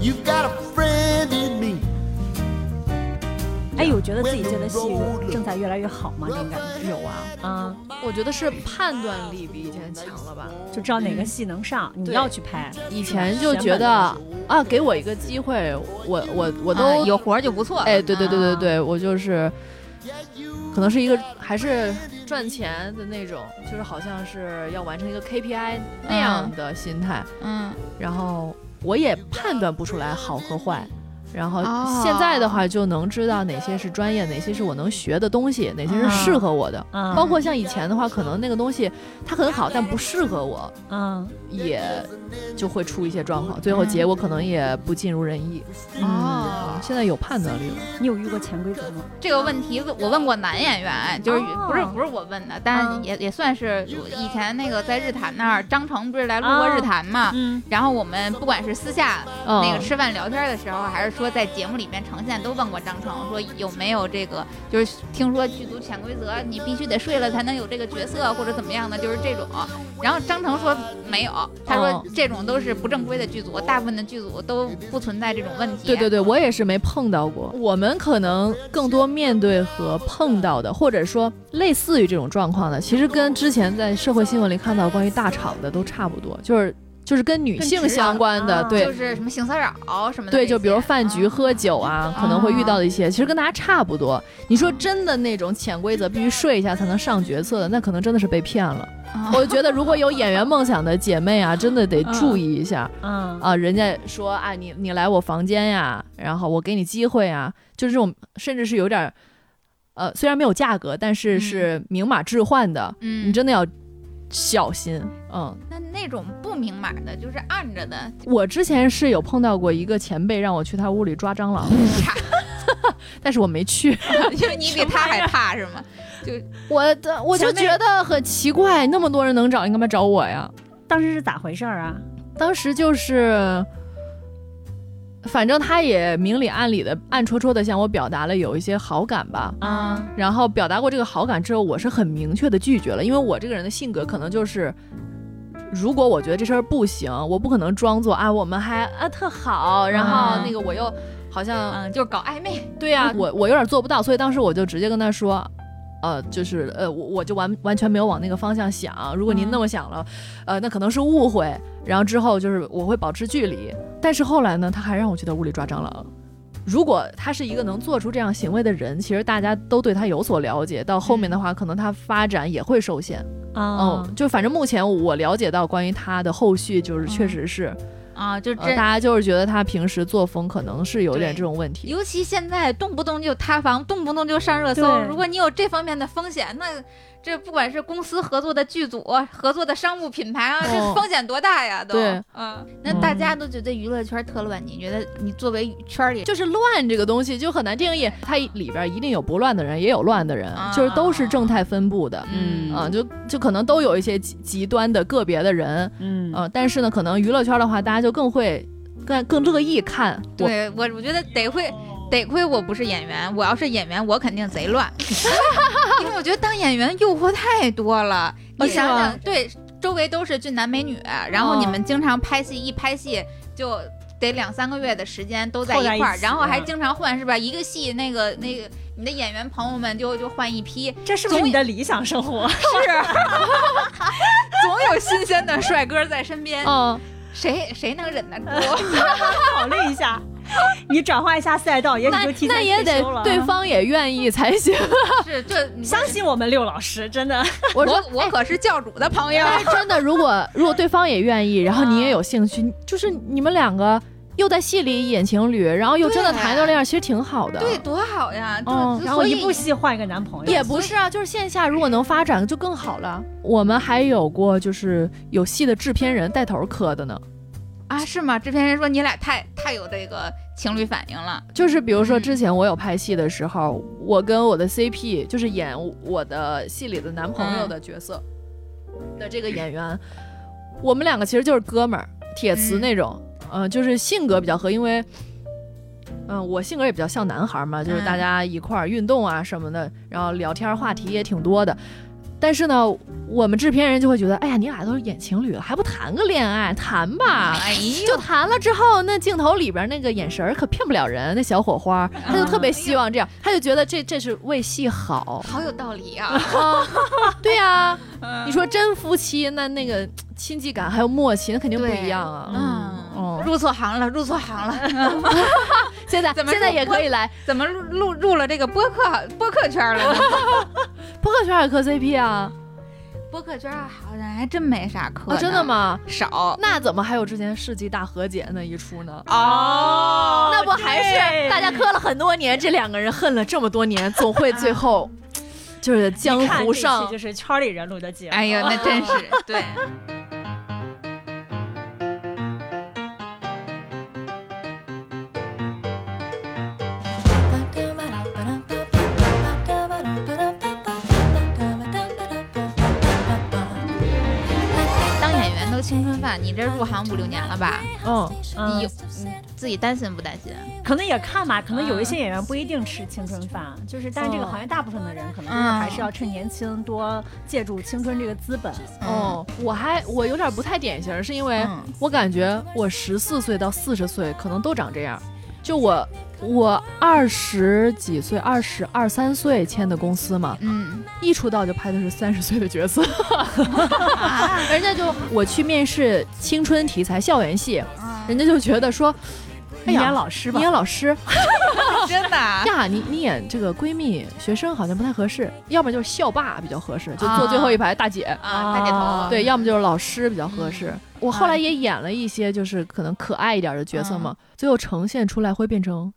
Speaker 6: You've got a friend in me.
Speaker 1: 哎，有觉得自己接的戏正在越来越好吗？这种感觉有啊，啊，
Speaker 2: 我觉得是判断力比以前强了吧。
Speaker 1: 就知道哪个戏能上，你
Speaker 2: 嗯对
Speaker 1: 要去拍。
Speaker 2: 以前就觉得啊，给我一个机会，我我我都、
Speaker 4: 嗯有活儿就不错了。
Speaker 2: 哎，对对对对
Speaker 4: 嗯，
Speaker 2: 对，我就是，可能是一个还是赚钱的那种，就是好像是要完成一个 KPI 那样的心态，
Speaker 4: 嗯，
Speaker 2: 然后我也判断不出来好和坏。然后
Speaker 4: 哦
Speaker 2: 现在的话，就能知道哪些是专业，哪些是我能学的东西，哪些是
Speaker 1: 嗯
Speaker 2: 适合我的。
Speaker 4: 啊
Speaker 1: 嗯
Speaker 2: 包括像以前的话，可能那个东西它很好，但不适合我。
Speaker 1: 嗯
Speaker 2: 也就会出一些状况，最后结果可能也不尽如人意。
Speaker 1: 嗯，
Speaker 4: 哦，
Speaker 2: 现在有判断力了，
Speaker 1: 你有遇过潜规则吗？
Speaker 4: 这个问题我问过男演员，就是
Speaker 1: 哦
Speaker 4: 不是不是我问的，但
Speaker 1: 嗯
Speaker 4: 也也算是我以前那个在日坛那儿，张成不是来录
Speaker 2: 哦
Speaker 4: 过日坛嘛。
Speaker 1: 嗯
Speaker 4: 然后我们不管是私下
Speaker 2: 嗯，
Speaker 4: 那个吃饭聊天的时候，还是说在节目里面呈现，都问过张成说有没有这个，就是听说剧组潜规则，你必须得睡了才能有这个角色或者怎么样的，就是这种。然后张成说没有，他说
Speaker 2: 哦
Speaker 4: 这种都是不正规的剧组，大部分的剧组都不存在这种问题。
Speaker 2: 对对对，我也是没碰到过。我们可能更多面对和碰到的，或者说类似于这种状况的，其实跟之前在社会新闻里看到关于大厂的都差不多，就是就是跟女性相关的，
Speaker 1: 更直
Speaker 2: 对
Speaker 4: 啊就。是什么性骚扰啊什么的这些。
Speaker 2: 对，就比如饭局
Speaker 4: 啊
Speaker 2: 喝酒啊，可能会遇到的一些，其实跟大家差不多。你说真的那种潜规则，必须睡一下才能上角色的，那可能真的是被骗了。
Speaker 4: 啊
Speaker 2: 我觉得如果有演员梦想的姐妹啊，真的得注意一下
Speaker 1: 嗯
Speaker 2: 啊。人家说啊，你你来我房间呀，然后我给你机会 啊，就这种，甚至是有点儿，呃，虽然没有价格，但是
Speaker 4: 嗯
Speaker 2: 是明码置换的，
Speaker 4: 嗯，
Speaker 2: 你真的要小心。嗯，
Speaker 4: 那那种不明码的，就是按 着的，
Speaker 2: 我之前是有碰到过一个前辈让我去他屋里抓 蟑螂，但是我没去。
Speaker 4: 就是你比他还怕是吗？
Speaker 2: 我的我就觉得很奇怪，那么多人能找，你干嘛找我呀？
Speaker 1: 当时是咋回事儿啊？
Speaker 2: 当时就是，反正他也明里暗里的、暗戳戳的向我表达了有一些好感吧。
Speaker 1: 啊，
Speaker 2: 然后表达过这个好感之后，我是很明确的拒绝了，因为我这个人的性格可能就是，如果我觉得这事儿不行，我不可能装作啊我们还啊特好，然后
Speaker 4: 嗯
Speaker 2: 那个我又好像
Speaker 4: 嗯，就是搞暧昧，
Speaker 2: 对呀、我我有点做不到，所以当时我就直接跟他说，呃，就是呃，我我就完完全没有往那个方向想。如果您那么想了，呃，那可能是误会。然后之后就是我会保持距离。但是后来呢，他还让我去他屋里抓蟑螂。如果他是一个能做出这样行为的人，其实大家都对他有所了解。到后面的话，可能他发展也会受限。嗯
Speaker 1: 啊
Speaker 2: 哦嗯，就反正目前我了解到关于他的后续，就是确实是，
Speaker 4: 啊，就
Speaker 2: 呃，
Speaker 4: 这
Speaker 2: 大家就是觉得他平时作风可能是有点这种问题。
Speaker 4: 尤其现在动不动就塌房，动不动就上热搜。
Speaker 1: 对
Speaker 4: 如果你有这方面的风险，那这不管是公司合作的剧组、合作的商务品牌啊，
Speaker 2: 哦
Speaker 4: 这风险多大呀？都
Speaker 2: 对，
Speaker 4: 嗯，那大家都觉得娱乐圈特乱，你觉得你作为圈里
Speaker 2: 就是乱这个东西就很难定义，它里边一定有不乱的人，也有乱的人，
Speaker 4: 啊
Speaker 2: 就是都是正态分布的，
Speaker 1: 嗯
Speaker 2: 啊，就就可能都有一些极极端的个别的人，
Speaker 1: 嗯
Speaker 2: 呃，但是呢，可能娱乐圈的话，大家就更会更更乐意看。我
Speaker 4: 对我，我觉得得亏得亏我不是演员，我要是演员，我肯定贼乱， 因为我觉得当演员诱惑太多了。
Speaker 2: 哦
Speaker 4: 你
Speaker 2: 是
Speaker 4: 想
Speaker 2: 吗
Speaker 4: 想，对，周围都是俊男美女，然后你
Speaker 1: 哦
Speaker 4: 们经常拍戏，一拍戏就得两三个月的时间都在
Speaker 1: 凑在
Speaker 4: 一块儿，
Speaker 1: 一起
Speaker 4: 然后还
Speaker 1: 嗯
Speaker 4: 经常换，是吧？一个戏那个那个。你的演员朋友们就就换一批，
Speaker 1: 这是不是你的理想生 活？
Speaker 4: 总有新鲜的帅哥在身边，
Speaker 1: 哦
Speaker 2: 嗯，
Speaker 4: 谁谁能忍得 住？
Speaker 1: 考虑一下，你转化一下赛道，也许
Speaker 2: 那
Speaker 1: 就提
Speaker 2: 那
Speaker 1: 前
Speaker 2: 也
Speaker 1: 退
Speaker 2: 得
Speaker 1: 休了。啊
Speaker 2: 对方也愿意才行。
Speaker 4: 是，这你
Speaker 1: 相信哎我们六老师，真的
Speaker 2: 我说
Speaker 4: 我我可是教主的朋友，
Speaker 2: 但是真的，如果如果对方也愿意，然后
Speaker 1: 啊
Speaker 2: 你也有兴趣，就是你们两个又在戏里一演情侣，然后又真的
Speaker 4: 对
Speaker 2: 谈到恋爱，其实挺好的。
Speaker 4: 对，多好呀！这
Speaker 2: 嗯
Speaker 4: 所
Speaker 1: 然后一
Speaker 4: 以
Speaker 1: 部戏换一个男朋友，
Speaker 2: 也不是啊，就是线下如果能发展就更好了。我们还有过就是有戏的制片人带头磕的呢，
Speaker 4: 啊，是吗？制片人说你俩太太有这个情侣反应了，
Speaker 2: 就是比如说
Speaker 4: 嗯
Speaker 2: 之前我有拍戏的时候，我跟我的 CP 就是演我的戏里的男朋友的角色的这个演员，我们两个其实就是哥们儿，铁磁
Speaker 4: 嗯
Speaker 2: 那种，嗯、就是性格比较合，因为。嗯，我性格也比较像男孩儿嘛，就是大
Speaker 4: 嗯
Speaker 2: 家一块儿运动啊什么的，然后聊天儿话题也挺多的。但是呢，我们制片人就会觉得，哎呀，你俩都是演情侣了，还不谈个恋爱？谈吧，
Speaker 4: 哎呦，
Speaker 2: 就谈了之后，那镜头里边那个眼神儿可骗不了人，那小火花儿，他就特
Speaker 4: 哎
Speaker 2: 别希望这样，他就觉得这这是为戏好
Speaker 4: 好有道理 啊！
Speaker 2: 啊。对呀、
Speaker 4: 嗯
Speaker 2: 你说真夫妻，那那个亲近感还有默契，那肯定不一样啊。
Speaker 4: 嗯，
Speaker 2: 哦，
Speaker 4: 入错行了，入错行了，
Speaker 2: 现在
Speaker 4: 怎么
Speaker 2: 现在
Speaker 4: 说
Speaker 2: 也可以来
Speaker 4: 怎么入入入了这个播客播客圈了呢？
Speaker 2: 播客圈也磕 CP 啊
Speaker 4: 播客圈啊好像还真没啥磕、
Speaker 2: 啊，真的？吗？
Speaker 4: 少
Speaker 2: 那怎么还有之前世纪大和解那一出呢？
Speaker 1: 哦，
Speaker 2: 那不还是
Speaker 1: 对
Speaker 2: 大家磕了很多年，这两个人恨了这么多年，总会 最后就是江
Speaker 1: 一啊看
Speaker 2: 湖
Speaker 1: 这
Speaker 2: 上
Speaker 1: 期就是圈里人录的节目。
Speaker 4: 哎呀，那真是对。当演员都青春饭，你这入行五六年了吧？
Speaker 2: 嗯。
Speaker 1: 嗯
Speaker 4: 你你自己担心不担心？
Speaker 1: 可能也看
Speaker 2: 啊
Speaker 1: 吧，可能有一些演员不一定吃青春饭，就是，但是这个
Speaker 2: 嗯
Speaker 1: 行业大部分的人可能就是还是要趁年轻，多借助青春这个资本。
Speaker 2: 哦，我还我有点不太典型，是因为
Speaker 4: 嗯
Speaker 2: 我感觉我十四岁到四十岁可能都长这样，就我我二十几岁、二十二三岁签的公司嘛，
Speaker 4: 嗯，
Speaker 2: 一出道就拍的是三十岁的角色，
Speaker 1: 啊
Speaker 2: 人家就我去面试青春题材校园戏，
Speaker 4: 啊
Speaker 2: 人家就觉得说，
Speaker 1: 嗯
Speaker 2: 哎
Speaker 1: 你
Speaker 2: 呀，
Speaker 1: 演老师吧 啊
Speaker 2: 你，演老师
Speaker 4: 真的 啊
Speaker 2: 呀，你你演这个闺蜜学生好像不太合适，要么就是校霸比较合适，就坐最后一排大姐。
Speaker 4: 啊，大姐头，
Speaker 2: 对，要么就是老师比较合适。
Speaker 1: 嗯
Speaker 2: 我后
Speaker 1: 啊
Speaker 2: 来也演了一些就是可能可爱一点的角色嘛，最后呈现出来会变成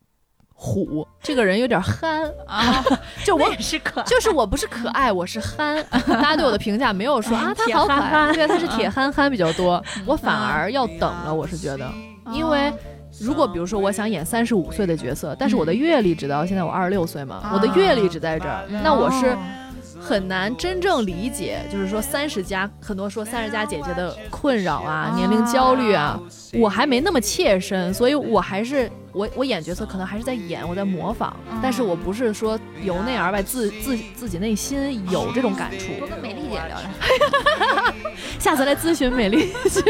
Speaker 2: 虎，这个人有点憨，
Speaker 4: 啊，
Speaker 2: 就我
Speaker 1: 那。也是可爱。
Speaker 2: 就是我不是可爱，我是憨。大家对我的评价没有说啊，他
Speaker 1: 哎铁
Speaker 2: 好可
Speaker 1: 憨憨嗯
Speaker 2: 爱，对，他是铁憨憨比较多。我反而要等了，我是觉得，因为如果比如说我想演三十五岁的角色，但是我
Speaker 1: 嗯
Speaker 2: 的阅历只到现在我二十六岁
Speaker 1: 啊
Speaker 2: 嘛，我的阅历只在这儿，那我
Speaker 4: 哦
Speaker 1: 哦
Speaker 2: 是很难真正理解，就是说三十加，很多说三十加姐姐的困扰啊，年龄焦虑啊，我还没那么切身，所以我还是我我演角色可能还是在演，我在模仿，但是我不是说由内而外自自自己内心有这种感触。
Speaker 4: 多跟美丽姐聊聊。
Speaker 2: 下次来咨询美丽去。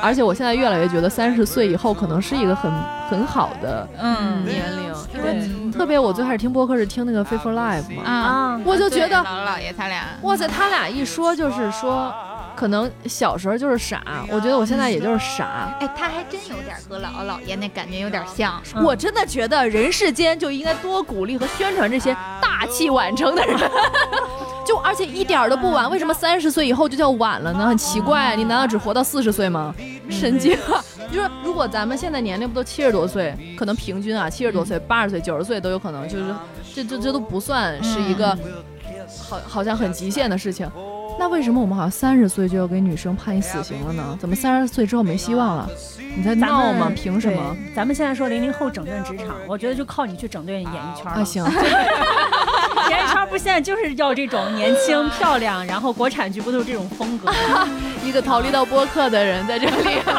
Speaker 2: 而且我现在越来越觉得三十岁以后可能是一个很很好的
Speaker 4: 嗯
Speaker 2: 年龄，因为
Speaker 1: 对
Speaker 2: 特别我最开始听播客是听那个《Faithful Live》嘛，
Speaker 4: 啊，
Speaker 1: 啊，
Speaker 2: 我就觉得
Speaker 4: 对姥姥姥爷他俩，
Speaker 2: 哇塞，他俩一说就是说，可能小时候就是傻，我觉得我现在也就是傻。
Speaker 4: 哎，他还真有点和姥姥姥爷那感觉有点像。
Speaker 1: 嗯
Speaker 2: 我真的觉得人世间就应该多鼓励和宣传这些大器晚成的 人，就而且一点儿都不晚。为什么三十岁以后就叫晚了呢？很奇怪，你难道只活到四十岁吗？神经啊！就是如果咱们现在年龄不都七十多岁，可能平均啊七十多岁、八十岁、九十岁都有可能，就是这这这都不算是一个
Speaker 1: 嗯
Speaker 2: 好好像很极限的事情。那为什么我们好像三十岁就要给女生判以死刑了呢？怎么三十岁之后没希望了？你在
Speaker 1: 咱
Speaker 2: 闹
Speaker 1: 们
Speaker 2: 吗？凭什么？
Speaker 1: 对？咱们现在说零零后整顿职场，我觉得就靠你去整顿演艺圈了。
Speaker 2: 啊，行，
Speaker 1: 演艺圈不现在就是要这种年轻漂亮，然后国产剧不都是这种风格？
Speaker 2: 一个逃离到播客的人在这里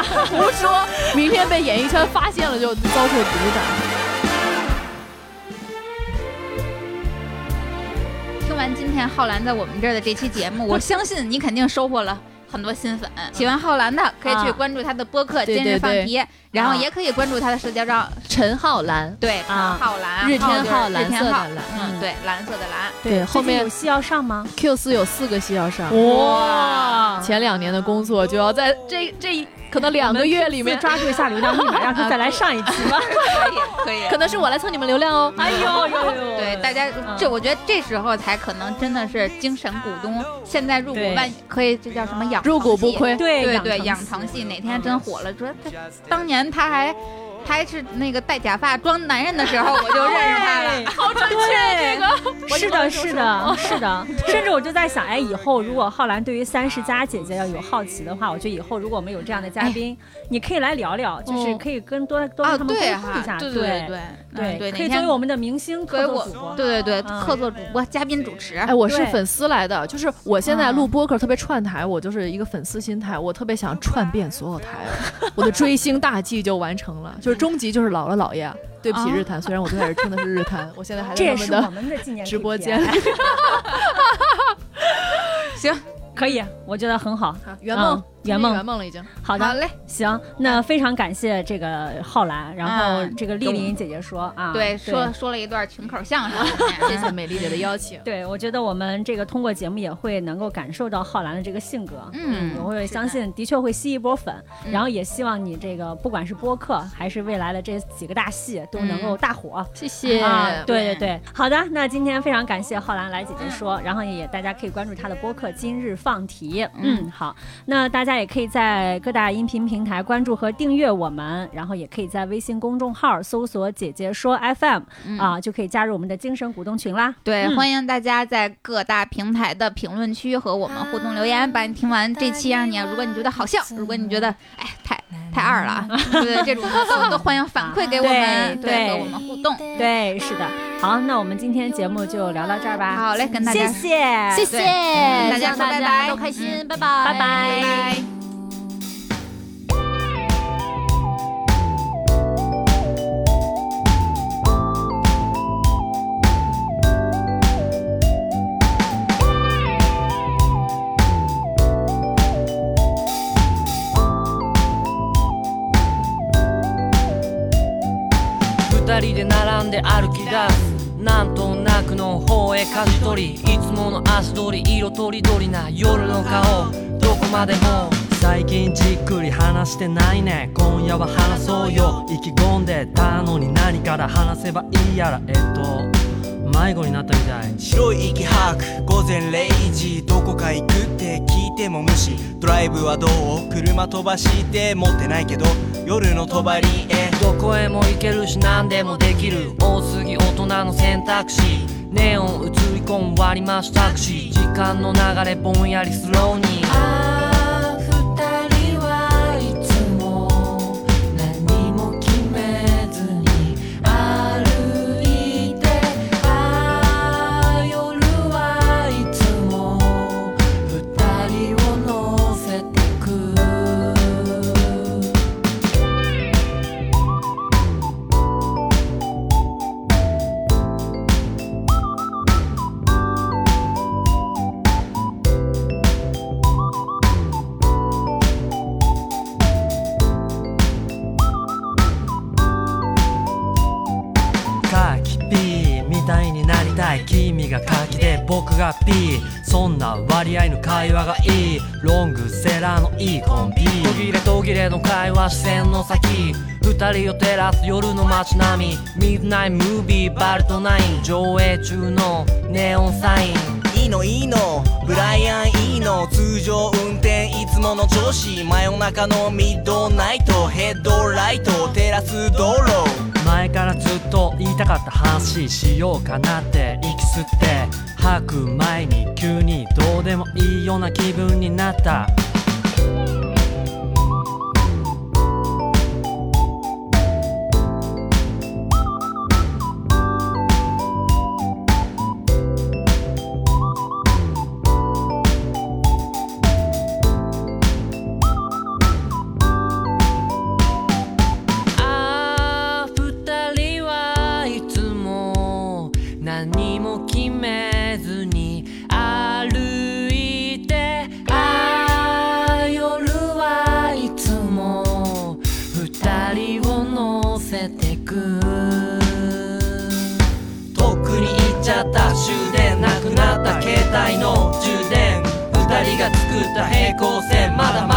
Speaker 2: 胡说，明天被演艺圈发现了就遭受毒打。
Speaker 4: 听完今天浩然在我们这儿的这期节目， 我相信你肯定收获了。很多新粉喜欢浩然的，可以去
Speaker 1: 啊
Speaker 4: 关注他的播客《
Speaker 2: 对
Speaker 4: 今日
Speaker 2: 对
Speaker 4: 放
Speaker 2: 对
Speaker 4: 题》，然后
Speaker 1: 啊
Speaker 4: 也可以关注他的社交账，
Speaker 2: 陈浩南，
Speaker 4: 对，
Speaker 1: 啊
Speaker 4: 浩然，
Speaker 2: 日天
Speaker 4: 浩
Speaker 2: 浩，
Speaker 4: 就是日
Speaker 2: 蓝
Speaker 4: 天
Speaker 2: 色的
Speaker 4: 浩，
Speaker 2: 蓝。
Speaker 4: 嗯，对，蓝色的蓝。
Speaker 2: 对，
Speaker 1: 最
Speaker 2: 后
Speaker 1: 近
Speaker 2: 面
Speaker 1: 有戏要上吗？
Speaker 2: Q 四有四个戏要上，
Speaker 1: 哇！
Speaker 2: 前两年的工作就要在这这可能两个月里面，
Speaker 1: 抓住一下流量密码，让他再来上一期 吧。
Speaker 4: 可以，可以。
Speaker 2: 可能是我来蹭你们流量哦。
Speaker 1: 哎呦呦呦！
Speaker 4: 对大家，
Speaker 1: 嗯
Speaker 4: 这我觉得这时候才可能真的是精神股东。现在入股
Speaker 1: 对
Speaker 4: 万可以，这叫什么养
Speaker 2: 入股
Speaker 4: 成
Speaker 2: 不
Speaker 4: 系
Speaker 2: 亏
Speaker 1: 对
Speaker 4: 对
Speaker 1: 养
Speaker 4: 对，
Speaker 1: 成
Speaker 4: 养成系哪天真火了，说他当年他还还是那个戴假发装男人的时候，我就认 识他了。啊
Speaker 1: 好准 确这个。是的，是的，是的。甚至我就在想，哎，以后如果浩然对于三十加姐姐要有好奇的话，我觉得以后如果我们有这样的
Speaker 4: 哎
Speaker 1: 嘉宾，你可以来聊聊，就是可以跟多多
Speaker 4: 啊，
Speaker 1: 跟他们沟
Speaker 4: 哦对
Speaker 1: 通一
Speaker 4: 哈
Speaker 1: 下，，
Speaker 4: 对
Speaker 1: 对
Speaker 4: 对嗯
Speaker 1: 对，
Speaker 4: 对，
Speaker 1: 可
Speaker 4: 哪
Speaker 1: 以作
Speaker 4: 天
Speaker 1: 为我们的明星
Speaker 4: 作为
Speaker 1: 客座
Speaker 4: 我
Speaker 1: 主播。
Speaker 4: 对对对
Speaker 1: 嗯
Speaker 4: 客座主播、嘉宾主持，
Speaker 2: 哎，我是
Speaker 1: 对
Speaker 2: 粉丝来的，就是我现在
Speaker 4: 嗯
Speaker 2: 录播客特别串台，我就是一个粉丝心态，我特别想串遍所有台，我的追星大计就完成了，就是终极就是老了姥爷。对不起
Speaker 4: 啊
Speaker 2: 日坛，虽然我最开始听的是日坛，我现在还
Speaker 1: 这
Speaker 2: 在
Speaker 1: 也
Speaker 2: 他们
Speaker 1: 是我
Speaker 2: 的
Speaker 1: 们的纪念
Speaker 2: 直播
Speaker 1: KPI
Speaker 2: 间，里。
Speaker 1: 可以，我觉得很好。
Speaker 2: 圆梦
Speaker 1: 嗯圆梦
Speaker 2: 圆梦了已经。
Speaker 1: 好
Speaker 4: 好
Speaker 1: 的，
Speaker 4: 嘞，
Speaker 1: 行，那非常感谢这个浩然，然后
Speaker 4: 嗯
Speaker 1: 这个丽琳姐姐说啊，
Speaker 4: 对，说说了一段群口相声，
Speaker 2: 谢 谢美丽姐的邀请。
Speaker 1: 对，我觉得我们这个通过节目也会能够感受到浩然的这个性格，
Speaker 4: 嗯
Speaker 1: 我会
Speaker 4: 是的
Speaker 1: 相信的确会吸一波粉，
Speaker 4: 嗯
Speaker 1: 然后也希望你这个不管是播客还是未来的这几个大戏都能
Speaker 4: 嗯
Speaker 1: 够大火。
Speaker 2: 谢谢
Speaker 1: 啊，对对对，好的，那今天非常感谢浩然来姐
Speaker 4: 嗯
Speaker 1: 姐说，然后也大家可以关注她的播客《今日放题》。嗯，好，那大家也可以在各大音频平台关注和订阅我们，然后也可以在微信公众号搜索“姐姐说 FM”、
Speaker 4: 嗯
Speaker 1: 啊，就可以加入我们的精神股东群啦。
Speaker 4: 对，
Speaker 1: 嗯
Speaker 4: 欢迎大家在各大平台的评论区和我们互动留言，把你听完这期让你，如果你觉得好笑，如果你觉得哎太太二了啊，对这种都都欢迎反馈给我们，
Speaker 1: 对
Speaker 4: 对，
Speaker 1: 对
Speaker 4: 和我们互动。
Speaker 1: 对，是的。好，那我们今天节目就聊到这儿吧。
Speaker 4: 好嘞，跟大家
Speaker 1: 谢谢，
Speaker 4: 谢
Speaker 1: 谢，
Speaker 4: 大
Speaker 1: 希
Speaker 4: 家
Speaker 1: 望
Speaker 4: 说拜拜，都开心，拜拜，
Speaker 1: 拜拜
Speaker 4: 拜拜。
Speaker 7: 二人で並んで歩き出すなんとなくの方へ舵取りいつもの足取り色とりどりな夜の顔どこまでも最近じっくり話してないね今夜は話そうよ意気込んでたのに何から話せばいいやらえっと迷子になったみたい
Speaker 8: 白い息吐く午前0時どこか行くって聞いても無視ドライブはどう車飛ばして持ってないけど夜の帳へ
Speaker 7: どこへも行けるし何でもできる多すぎ大人の選択肢ネオン映り込む割り増しタクシー時間の流れぼんやりスローにああ二人はいつも何も決めずに歩いてああ夜はいつも二人を乗せてくカキピーみたいになりたい君がカキで僕がピーそんな割合の会話がいいロングセラーのいいコンビ途切れ途切れの会話視線の先二人を照らす夜の街並みミッドナイトムービーバルトナイン上映中のネオンサイン
Speaker 8: いいいのいいのブライアンいいの通常運転いつもの調子真夜中のミッドナイトヘッドライト照らす道路
Speaker 9: 前からずっと言いたかった話しようかなって息吸って吐く前に急にどうでもいいような気分になったああ二人はいつも何も決めずに歩いてああ夜はいつも二人を乗せてく
Speaker 8: とっくに行っちゃった終電なくなった携帯の充電二人が作った平行線まだま